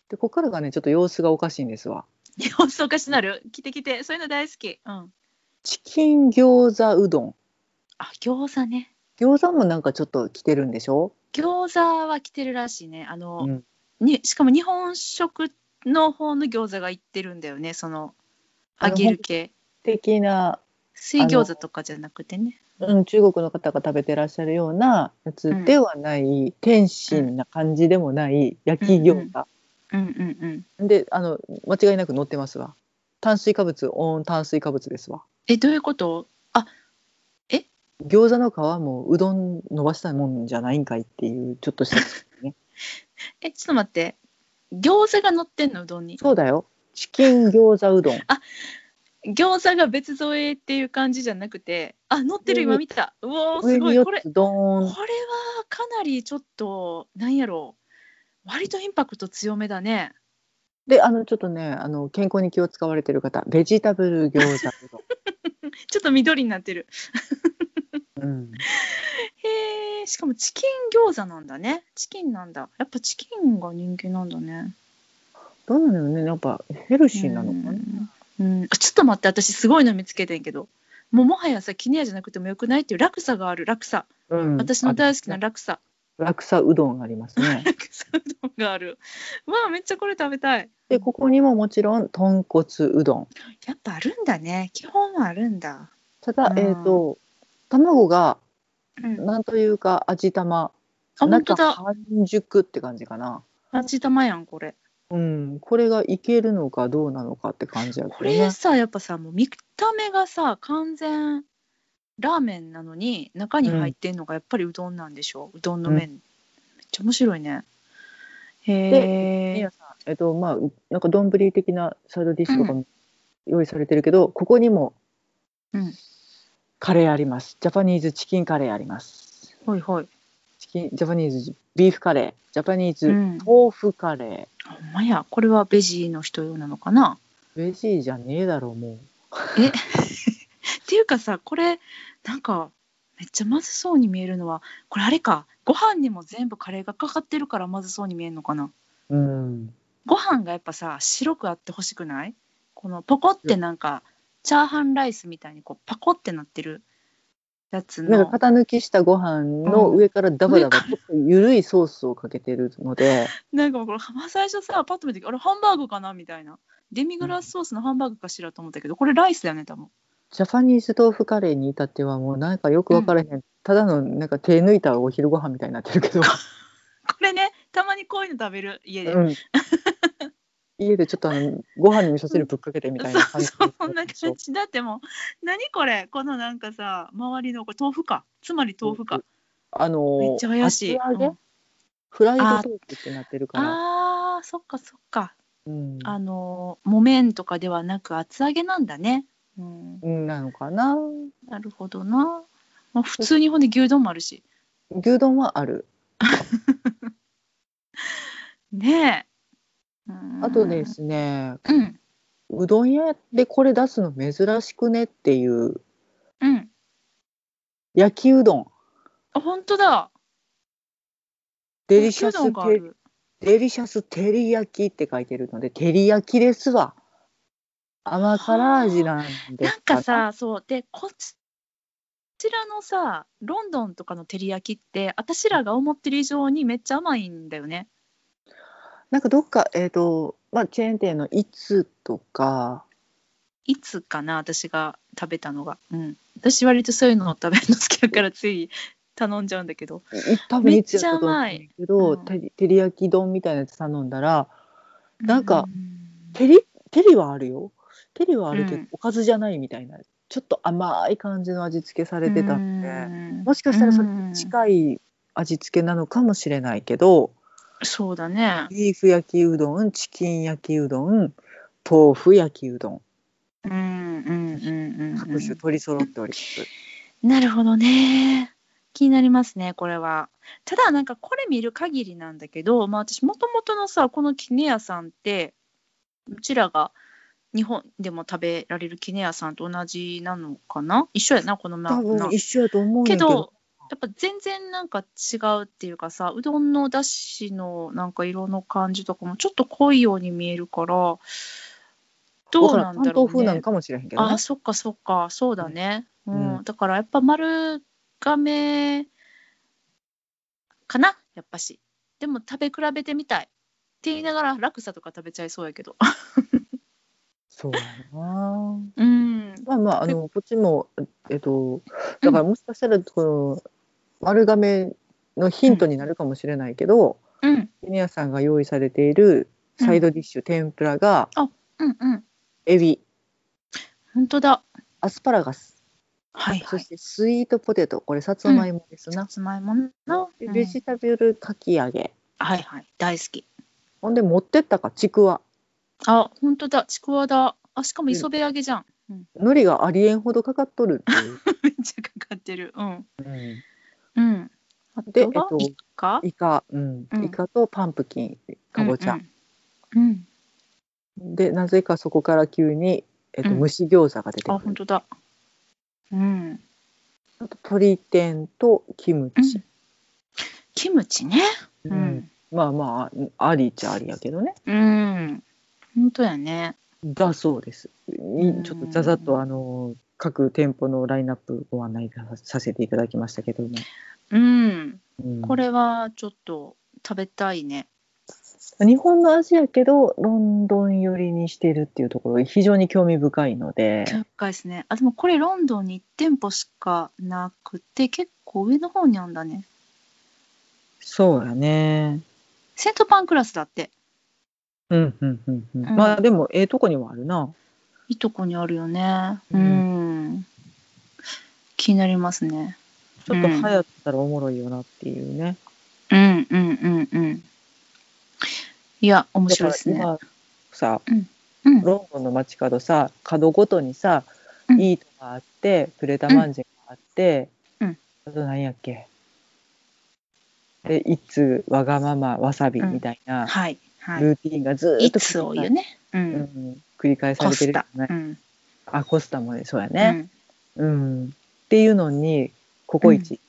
Speaker 2: でここからがねちょっと様子がおかしいんですわ
Speaker 1: 様 子おかしなる。来て来て。そういうの大好き。うん。
Speaker 2: チキン餃子うどん
Speaker 1: あ、餃子ね。
Speaker 2: 餃子もなんかちょっと来てるんでしょ
Speaker 1: 餃子は来てるらしいね。あの、
Speaker 2: うん
Speaker 1: にしかも日本食の方の餃子が行ってるんだよね。その
Speaker 2: あ
Speaker 1: 揚
Speaker 2: の
Speaker 1: げる系。
Speaker 2: 的な
Speaker 1: 水餃子とかじゃなくてね。
Speaker 2: うん、中国の方が食べてらっしゃるようなやつではない、天津な感じでもない焼き餃子、
Speaker 1: うんうんうん。
Speaker 2: であの間違いなく乗ってますわ炭水化物オン炭水化物ですわ
Speaker 1: え、どういうことあえ
Speaker 2: 餃子の皮もうどん伸ばしたもんじゃないんかいっていうちょっ とした
Speaker 1: えちょっと待って餃子が乗ってんのうどんに
Speaker 2: そうだよチキン餃子うどん
Speaker 1: 餃子が別添えっていう感じじゃなくてあ乗ってる
Speaker 2: 上に
Speaker 1: 今見たうおー
Speaker 2: 上
Speaker 1: すご
Speaker 2: に
Speaker 1: いこれ
Speaker 2: 4つド
Speaker 1: これ
Speaker 2: ーン
Speaker 1: はかなりちょっとなんやろう割とインパクト強めだね
Speaker 2: であのちょっとねあの健康に気を使われてる方ベジタブル餃子う
Speaker 1: ちょっと緑になってる
Speaker 2: どん、うん、
Speaker 1: へえしかもチキン餃子なんだねチキンなんだやっぱチキンが人気なんだね
Speaker 2: どうなのよねやっぱヘルシーなのかな
Speaker 1: うんあちょっと待って私すごいの見つけてんけどもうもはやさキネアじゃなくてもよくないっていう落差がある落差
Speaker 2: うん
Speaker 1: 私の大好きな
Speaker 2: あ
Speaker 1: 落差
Speaker 2: 落差うどんありま すね
Speaker 1: 落差うどんがあるうわあめっちゃこれ食べたい
Speaker 2: でここにももちろん豚骨うどん
Speaker 1: やっぱあるんだね基本はあるんだ、
Speaker 2: ただ
Speaker 1: うん
Speaker 2: えっ、と卵が
Speaker 1: うん、
Speaker 2: なんというか味玉
Speaker 1: あ本当
Speaker 2: 中
Speaker 1: だ
Speaker 2: 半熟って感じかな
Speaker 1: 味玉やんこれ
Speaker 2: うんこれがいけるのかどうなのかって感じや
Speaker 1: こ
Speaker 2: けど
Speaker 1: れ
Speaker 2: ね
Speaker 1: さやっぱさもう見た目がさ完全ラーメンなのに中に入ってんのがやっぱりうどんなんでしょう、うどんの麺、めっちゃ面白いねへ
Speaker 2: で
Speaker 1: え
Speaker 2: えっとまあなんか丼的なサイドディッシュとかも用意されてるけど、ここにも
Speaker 1: うん
Speaker 2: カレーありますジャパニーズチキンカレーあります
Speaker 1: ほいほい
Speaker 2: チキンジャパニーズビーフカレージャパニー
Speaker 1: う
Speaker 2: ズ
Speaker 1: んほ
Speaker 2: 豆腐カレー、
Speaker 1: んまやこれはベジの人用なのかな
Speaker 2: ベジーじゃねえだろもう
Speaker 1: っていうかさこれなんかめっちゃまずそうに見えるのはこれあれかご飯にも全部カレーがかかってるからまずそうに見えるのかな
Speaker 2: うん、
Speaker 1: ご飯がやっぱさ白くあってほしくないこのポコってなんか、チャーハンライスみたいにこうパコってなってるやつ
Speaker 2: なん
Speaker 1: の
Speaker 2: か型抜きしたご飯の
Speaker 1: うん
Speaker 2: 上からダバダバ
Speaker 1: 上か
Speaker 2: ちょっと緩いソースをかけてる ので、
Speaker 1: なんかもうこれまあ最初さパッと見てあれハンバーグかなみたいなデミグラスソースのハンバーグかしらと思ったけどこれライスだよね多分
Speaker 2: ジャパニーズ豆腐カレーに至ってはもうなんかよくわからへん、ただのなんか手抜いたお昼ご飯みたいになってるけど、
Speaker 1: これねたまにこう いうの食べる家で、
Speaker 2: うん家でちょっとあのご飯に味噌汁ぶっかけてみたいな
Speaker 1: そう
Speaker 2: 感じ
Speaker 1: そうそんな感じだってもう何これこのなんかさ周りのこれ豆腐かつまり豆腐か、
Speaker 2: あのー
Speaker 1: めっちゃ怪しい、
Speaker 2: 厚揚げ、
Speaker 1: うん
Speaker 2: フライド豆腐ってなってるから、
Speaker 1: あーそっかそっか
Speaker 2: うん、
Speaker 1: あの木綿とかではなく厚揚げなんだね。うん、
Speaker 2: うんなのかな
Speaker 1: なるほどな。まあ、普通にほんで牛丼もあるし。
Speaker 2: 牛丼はある
Speaker 1: ねえ。うん
Speaker 2: あとで。すね
Speaker 1: うん。
Speaker 2: うどん屋でこれ出すの珍しくねっていう
Speaker 1: うん。
Speaker 2: 焼きうどん
Speaker 1: あ本当だ。
Speaker 2: デリシャ
Speaker 1: 牛
Speaker 2: ス
Speaker 1: 丼があ
Speaker 2: テ
Speaker 1: る。
Speaker 2: デリシャス照り焼きって書いてるので照り焼きですわ甘辛味なんで
Speaker 1: な
Speaker 2: す
Speaker 1: んかさ、そうでこっち。こちらのさロンドンとかの照り焼きって私らが思ってる以上にめっちゃ甘いんだよね。
Speaker 2: なんかどっかえっ、とまあチェーン店のいつとか
Speaker 1: いつかな私が食べたのが。うん。私割とそういうのを食べるの好きだからつい頼んじゃうんだけど。
Speaker 2: い多分いつやったと思うんだけど、
Speaker 1: めっちゃ甘
Speaker 2: てり照り焼き丼みたいなやつ頼んだらなんか
Speaker 1: うん
Speaker 2: 照り照りはあるよ照りはあるけど、
Speaker 1: うん
Speaker 2: おかずじゃないみたいなちょっと甘い感じの味付けされてたんで、
Speaker 1: うん
Speaker 2: もしかしたらそれ
Speaker 1: うん
Speaker 2: に近い味付けなのかもしれないけど、
Speaker 1: そうだね
Speaker 2: ビーフ焼きうどん、チキン焼きうどん、豆腐焼きうどん、
Speaker 1: うんうんうんうん
Speaker 2: 各種取り揃っております。
Speaker 1: なるほどね気になりますねこれはただなんかこれ見る限りなんだけどまあ私もともとのさこのキネ屋さんってうちらが日本でも食べられるキネ屋さんと同じなのかな一緒やなこのま
Speaker 2: 多
Speaker 1: な
Speaker 2: 分一緒やと思うんや
Speaker 1: け
Speaker 2: けど、
Speaker 1: どやっぱ全然なんか違うっていうかさうどんのだしのなんか色の感じとかもちょっと濃いように見えるからどうなんだろ
Speaker 2: わから
Speaker 1: う
Speaker 2: ん関東風な
Speaker 1: ね
Speaker 2: の。かもしれへんけどね
Speaker 1: あ。そっかそっかそうだね、うん
Speaker 2: う
Speaker 1: だからやっぱ丸亀かなやっぱしでも食べ比べてみたいって言いながら落差とか食べちゃいそうやけど
Speaker 2: そうやな。
Speaker 1: うん
Speaker 2: まあまああのこっちもえっとだからもしかしたらこの丸亀のヒントになるかもしれないけど、
Speaker 1: うん
Speaker 2: ジュニアさんが用意されているサイドディッシュ、天ぷらが
Speaker 1: うんうん
Speaker 2: エビ、
Speaker 1: 本当だ
Speaker 2: アスパラガス、
Speaker 1: はいは
Speaker 2: そ
Speaker 1: い
Speaker 2: し。てスイートポテトこれさつまいもで
Speaker 1: さ
Speaker 2: すな、
Speaker 1: つまいもの、
Speaker 2: で
Speaker 1: うん
Speaker 2: ベジタブルかき揚げ
Speaker 1: はいはい。大好き。
Speaker 2: ほんで持ってったかちくわ
Speaker 1: あ、本当だ。ちくわだ。あ、しかも磯辺揚げ じゃん。うん、
Speaker 2: 海苔がありえんほどかかっとるっていう、
Speaker 1: めっちゃかかってる。うん。
Speaker 2: うん
Speaker 1: うん。あ
Speaker 2: で
Speaker 1: とは、
Speaker 2: えっと
Speaker 1: イカ
Speaker 2: イカ、うん
Speaker 1: うん
Speaker 2: イカとパンプキンかぼちゃ、。
Speaker 1: うん、うんうん
Speaker 2: でなぜかそこから急に、えっと
Speaker 1: うん
Speaker 2: 蒸し餃子が出て
Speaker 1: あ、
Speaker 2: く
Speaker 1: 本
Speaker 2: る、
Speaker 1: 当だ。うん。
Speaker 2: あと鶏天とキム
Speaker 1: う
Speaker 2: チ、
Speaker 1: んキムチね。う
Speaker 2: うん
Speaker 1: ん。
Speaker 2: まあまあありっちゃありやけどね
Speaker 1: うん。本当やね。
Speaker 2: だそうです
Speaker 1: うん
Speaker 2: にちょっとざざっとあの各店舗のラインナップご案内させていただきましたけども、
Speaker 1: うん。
Speaker 2: うん
Speaker 1: これはちょっと食べたいね。
Speaker 2: 日本の味やけどロンドン寄りにしてるっていうところ非常に興味深いので
Speaker 1: 高いですね。あ、でもこれロンドンに1店舗しかなくて、結構上の方にあんだね。
Speaker 2: そうやね
Speaker 1: セントパンクラスだって。
Speaker 2: うんうんうんうん
Speaker 1: うん
Speaker 2: まあでもええとこにはあるない
Speaker 1: いとこにあるよね。う。
Speaker 2: うん
Speaker 1: 気になりますね。
Speaker 2: ちょっと流行ったらおもろいよなっていうね、
Speaker 1: うんうんうんうん。いや、面
Speaker 2: だか
Speaker 1: 白い
Speaker 2: ら
Speaker 1: ですね。
Speaker 2: 今さ
Speaker 1: うん。
Speaker 2: ロンドンの街角さ角ごとにさ、
Speaker 1: うん
Speaker 2: イートがあってプレタマンジェがあって、
Speaker 1: うん
Speaker 2: あと何やっけで「いつわがままわさび」みたいな
Speaker 1: はい。はい。
Speaker 2: ルーティンがずーっ
Speaker 1: い
Speaker 2: と
Speaker 1: つを言うね。う。
Speaker 2: うんん繰り返さ
Speaker 1: コ
Speaker 2: れて
Speaker 1: ス
Speaker 2: るじ
Speaker 1: タ
Speaker 2: ゃ。ない
Speaker 1: うん。
Speaker 2: あコスタもねそうや
Speaker 1: う
Speaker 2: ね、
Speaker 1: ん
Speaker 2: うんっていうのに「ココイチ、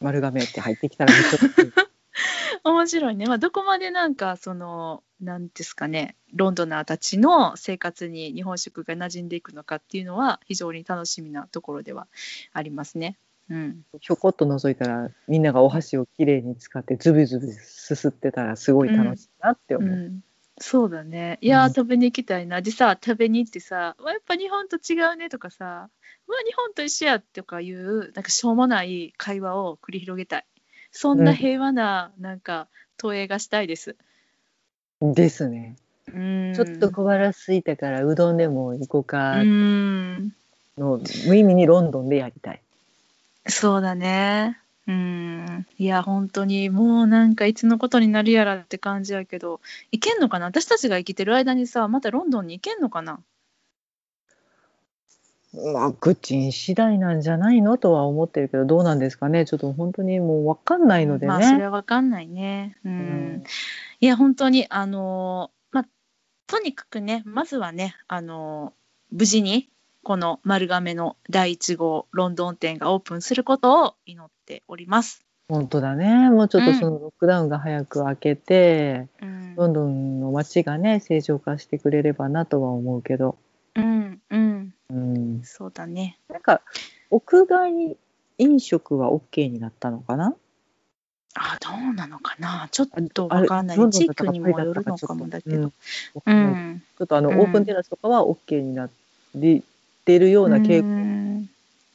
Speaker 2: 丸亀」って入ってきたらめっちゃ
Speaker 1: 面白いね、まあ、どこまでなんかそのなんですかねロンドナーたちの生活に日本食が馴染んでいくのかっていうのは非常に楽しみなところではありますね。うん、
Speaker 2: ひょこっと 覗いたらみんながお箸をきれいに使ってズビズビすすってたらすごい楽しいなって
Speaker 1: う
Speaker 2: 思う。
Speaker 1: ん、そうだねいやー
Speaker 2: うん
Speaker 1: 食べに行きたいなでさ食べに行ってさ「わやっぱ日本と違うね」とかさ「うわ日本と一緒や」とかいうなんかしょうもない会話を繰り広げたいそんな平和ななんか投影がしたいです。
Speaker 2: ですね。
Speaker 1: うん、
Speaker 2: ちょっと小腹空いたからうどんでも行こうか
Speaker 1: うん
Speaker 2: の無意味にロンドンでやりたい。
Speaker 1: そうだね。うん。いや、本当にもうなんかいつのことになるやらって感じやけど、行けんのかな私たちが生きてる間にさ、またロンドンに行けんのかな
Speaker 2: まあ、グッチン次第なんじゃないのとは思ってるけどどうなんですかねちょっと本当にもう分かんないのでね。
Speaker 1: まあ、それはわかんないね。うん。いや、本当に、あのーまあ、とにかくね、まずはね、あのー無事に、この丸亀の第1号ロンドン店がオープンすることを祈っております。
Speaker 2: 本当だねもうちょっと
Speaker 1: うん
Speaker 2: そのロックダウンが早く明けて、
Speaker 1: うん
Speaker 2: ロンドンの街がね正常化してくれればなとは思うけど、
Speaker 1: うん、うん、
Speaker 2: うん、
Speaker 1: そうだね。
Speaker 2: なんか屋外飲食は OK になったのかな
Speaker 1: あどうなのかなちょっと
Speaker 2: あ
Speaker 1: わ
Speaker 2: れ
Speaker 1: からな
Speaker 2: ロ
Speaker 1: い
Speaker 2: ンド
Speaker 1: 地
Speaker 2: ンだった
Speaker 1: 域
Speaker 2: か
Speaker 1: にもよるのかもだけど、
Speaker 2: わか
Speaker 1: うん
Speaker 2: ない
Speaker 1: ん、
Speaker 2: ちょっとあの、
Speaker 1: うん
Speaker 2: オープンテラスとかは OK になって出るような傾向、
Speaker 1: 向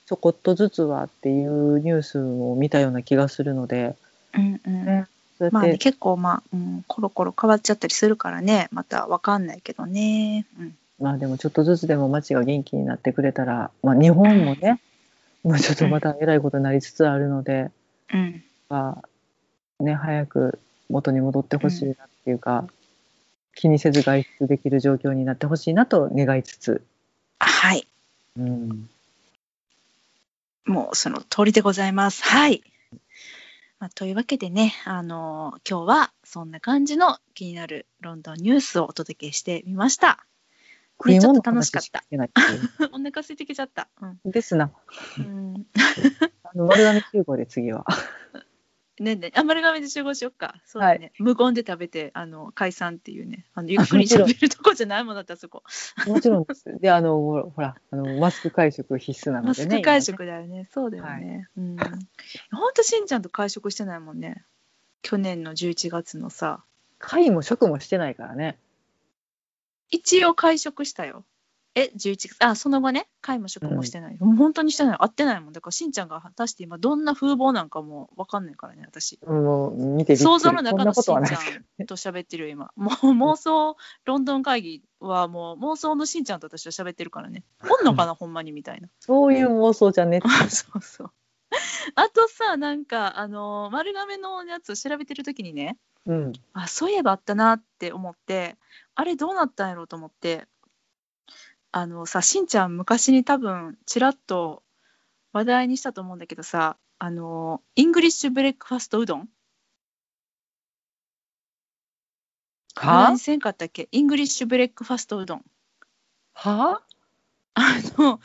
Speaker 2: ちょこっとずつはっていうニュースを見たような気がするので、
Speaker 1: うんうん
Speaker 2: ねそうや
Speaker 1: ま
Speaker 2: っ
Speaker 1: あ
Speaker 2: て、
Speaker 1: ね結構まあ、うん、コロコロ変わっちゃったりするからねまたわかんないけどね、うん、
Speaker 2: まあでもちょっとずつでも街が元気になってくれたら、まあ、日本も ね、まあ、ちょっとまたえらいことになりつつあるので、
Speaker 1: うん、
Speaker 2: まあね、早く元に戻ってほしいなっていうか、気にせず外出できる状況になってほしいなと願いつつ。
Speaker 1: はい
Speaker 2: うん
Speaker 1: もうその通りでございますはい、まあ、というわけでねあのー今日はそんな感じの気になるロンドンニュースをお届けしてみました
Speaker 2: 食い
Speaker 1: ちょっ
Speaker 2: 物
Speaker 1: と楽しかった
Speaker 2: の話しないっていう
Speaker 1: お腹空いてきちゃったうん、
Speaker 2: ですな。
Speaker 1: うん、
Speaker 2: あの丸亀集合で次 は。
Speaker 1: ねえねえ、あ丸亀で集合しよっか。そうだね。無言で食べて、あの解散っていうね。あのゆっくり
Speaker 2: もちろん
Speaker 1: 喋るとこじゃないもんだったそこ。
Speaker 2: もちろんです。で、あの、ほら、あの、マスク会食必須なの
Speaker 1: マ
Speaker 2: で
Speaker 1: ス
Speaker 2: ね。
Speaker 1: ク会食だよね。そうだよね。うん。本当しんちゃんと会食してないもんね。去年の11月のさ、
Speaker 2: 会も食もしてないからね。
Speaker 1: 一応会食したよ。え11月あその後ね会も職もしてない、もう本当にしてない会ってないもんだからしんちゃんが果たして今どんな風貌なんかも分かんないからね私
Speaker 2: もう見てびっくり
Speaker 1: 想像の中
Speaker 2: そん
Speaker 1: の
Speaker 2: な
Speaker 1: しんち
Speaker 2: こと
Speaker 1: ゃん
Speaker 2: はないです
Speaker 1: と喋ってるよ今 もう妄想ロンドン会議はもう妄想のしんちゃんと私は喋ってるからねおんのかなほんまにみたいな
Speaker 2: そういう妄想じゃね
Speaker 1: あ そうそう。あとさ、なんか、あのー丸亀のやつを調べてるときにね、
Speaker 2: うん
Speaker 1: あ、そういえばあったなって思って、あれどうなったんやろうと思って、あのさ、しんちゃん昔に多分、ちらっと話題にしたと思うんだけどさ、あのーイングリッシュブレックファストうどん話題
Speaker 2: は
Speaker 1: にせんかったっけイングリッシュブレックファストうどん。
Speaker 2: は
Speaker 1: あの、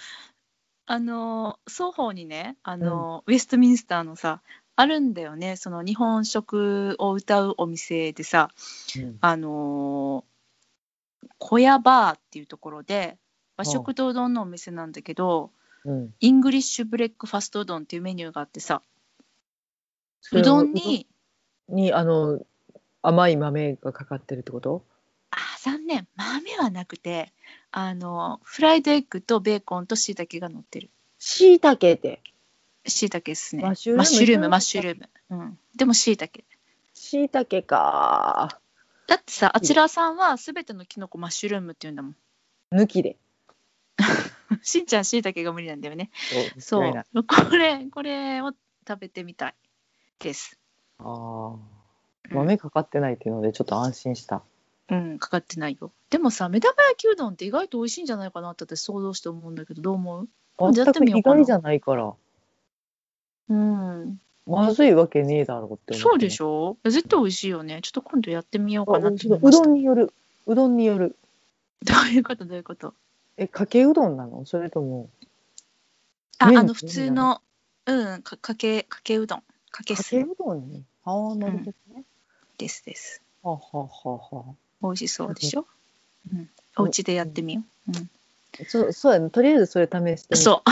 Speaker 1: あの、双方にね、あの、ウェストミンスターのさ、あるんだよね、その日本食を歌うお店でさ、
Speaker 2: うん
Speaker 1: あのー小屋バーっていうところで、和食とうどんのお店なんだけど、
Speaker 2: うん
Speaker 1: イングリッシュブレックファストうどんっていうメニューがあってさ、うどんに、
Speaker 2: にあの甘い豆がかかってるってこと
Speaker 1: あー、残念、豆はなくて、あの、フライドエッグとベーコンと椎茸が乗ってる。
Speaker 2: しいたけで
Speaker 1: 椎茸っすね。
Speaker 2: マ
Speaker 1: マ
Speaker 2: ッ
Speaker 1: ッ
Speaker 2: シ
Speaker 1: シ
Speaker 2: ュルー
Speaker 1: ュルー
Speaker 2: ム
Speaker 1: ム、マッシュルーム。うん。でも椎茸。
Speaker 2: しいたけか
Speaker 1: だってさあちらさんはすべてのキノコマッシュルームって言うんだもん
Speaker 2: 抜きで
Speaker 1: しんちゃんしいたけが無理なんだよね
Speaker 2: そ
Speaker 1: そ
Speaker 2: う間違いないう
Speaker 1: これこれを食べてみたいです
Speaker 2: あー豆かかってないっていうのでちょっと安心した
Speaker 1: うんかかってないよでもさ目玉焼きうどんって意外と美味しいんじゃないかなって私想像して思うんだけどどう思う今度やっ
Speaker 2: 全
Speaker 1: て
Speaker 2: く
Speaker 1: みよ
Speaker 2: 意
Speaker 1: うかな
Speaker 2: 外じゃないから
Speaker 1: うん
Speaker 2: まずいわけねえだろうって思って
Speaker 1: そうでしょ絶対美味しいよねちょっと今度やってみようか
Speaker 2: あ
Speaker 1: なっ
Speaker 2: でも
Speaker 1: て
Speaker 2: ちょ
Speaker 1: 思
Speaker 2: っ
Speaker 1: いまし
Speaker 2: とうど
Speaker 1: た
Speaker 2: んによるうどんによる
Speaker 1: どういうことどういうこと
Speaker 2: えかけうどんなのそれとも
Speaker 1: ああ
Speaker 2: 麺
Speaker 1: の普通のうんかかけかけうどんかけ
Speaker 2: か
Speaker 1: す
Speaker 2: けうどんにああなるほどね、
Speaker 1: ですです
Speaker 2: はあはあはあはあ
Speaker 1: 美味しそうでしょ、うん、
Speaker 2: うん
Speaker 1: お家でやってみよう
Speaker 2: そうそうやねとりあえずそれ試してみう
Speaker 1: そう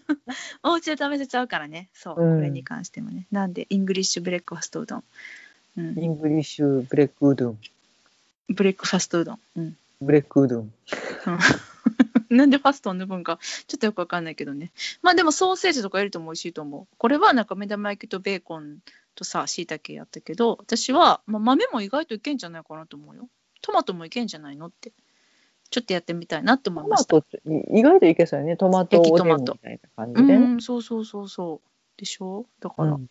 Speaker 1: お家で食べせちゃうからねそう、
Speaker 2: うん
Speaker 1: これに関してもねなんでイングリッシュブレックファストうどん、うん、
Speaker 2: イングリッシュブレックうどん
Speaker 1: ブレックファストうどん、うん、
Speaker 2: ブレックうどん
Speaker 1: なんでファストを抜くんかちょっとよくわかんないけどねまあでもソーセージとか入れても美味しいと思うこれはなんか目玉焼きとベーコンとさしいたけやったけど私は、まあ、豆も意外といけんじゃないかなと思うよトマトもいけんじゃないのってちょっとやってみたいなって思
Speaker 2: ト
Speaker 1: いま
Speaker 2: マ
Speaker 1: した
Speaker 2: トって意外といけそうよねトマト
Speaker 1: 焼き
Speaker 2: お
Speaker 1: ト
Speaker 2: でん
Speaker 1: マ
Speaker 2: み
Speaker 1: ト
Speaker 2: たいな感じ
Speaker 1: う
Speaker 2: でね、
Speaker 1: ん、そうそうそうそう。でしょだか
Speaker 2: うん
Speaker 1: ら、ま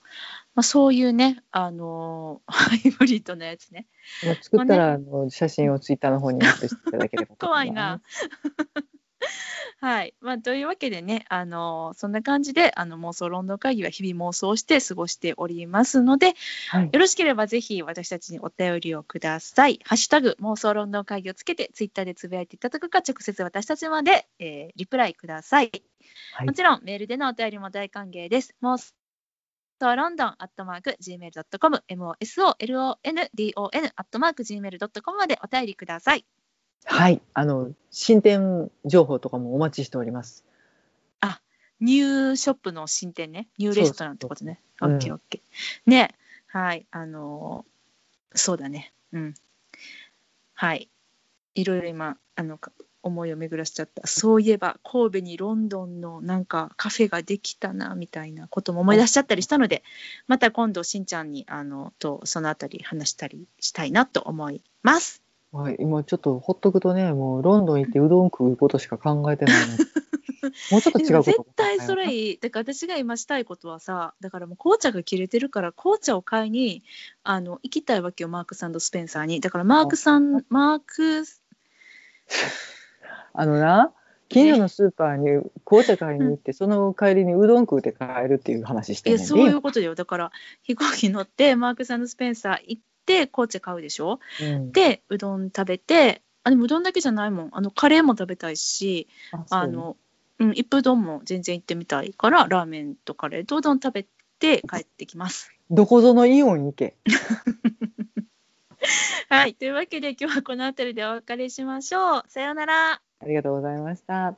Speaker 1: あ、そういうね、あのー ハイブリッドのやつね。
Speaker 2: もう作ったら、あの写真をツイッターの方にアップしていただければと 思
Speaker 1: 怖
Speaker 2: ます
Speaker 1: いな。はい。まあ、というわけでね、あのーそんな感じで、あの、妄想ロンドン会議は日々妄想して過ごしておりますので、
Speaker 2: はい
Speaker 1: よろしければぜひ私たちにお便りをください。ハッシュタグ、妄想ロンドン会議をつけて、ツイッターでつぶやいていただくか、直接私たちまで、えーリプライください。
Speaker 2: はい
Speaker 1: もちろん、メールでのお便りも大歓迎です。妄想ロンドンアットマーク Gmail.com、MOSOLONDON アットマーク Gmail.com までお便りください。
Speaker 2: はいあの新店情報とかもお待ちしております
Speaker 1: ニューショップの新店ね、ニューレストランってことね。
Speaker 2: そうそう
Speaker 1: オッケーオッケー。ね、はい、あのーそうだね、うん。はい、いろいろ今、あの、か思いを巡らしちゃった。そういえば、神戸にロンドンのなんかカフェができたな、みたいなことも思い出しちゃったりしたので、また今度、しんちゃんに、あの、と、そのあたり話したりしたいなと思います。
Speaker 2: はい今ちょっとほっとくとねもうロンドン行ってうどん食うことしか考えてな いのでもうちょっと違
Speaker 1: でも
Speaker 2: うこと
Speaker 1: 絶
Speaker 2: も考えよう
Speaker 1: 対それいいだから私が今したいことはさだからもう紅茶が切れてるから紅茶を買いにあの行きたいわけよマークさんとスペンサーにだからマークさんマーク
Speaker 2: あのな近所のスーパーに紅茶買いに行って、その帰りにうどん食うて帰るっていう話して
Speaker 1: い
Speaker 2: ん
Speaker 1: や
Speaker 2: ねん
Speaker 1: そういうことだよだから飛行機乗ってマークさんとスペンサー行って紅茶買うでしょ
Speaker 2: うん
Speaker 1: でうどん食べてあでもうどんだけじゃないもんあのカレーも食べたいしあのうん一風丼も全然行ってみたいからラーメンとカレーとうどん食べて帰ってきます
Speaker 2: どこぞのイオンに行け。
Speaker 1: はい、というわけで今日はこの辺りでお別れしましょう。さようなら。
Speaker 2: ありがとうございました。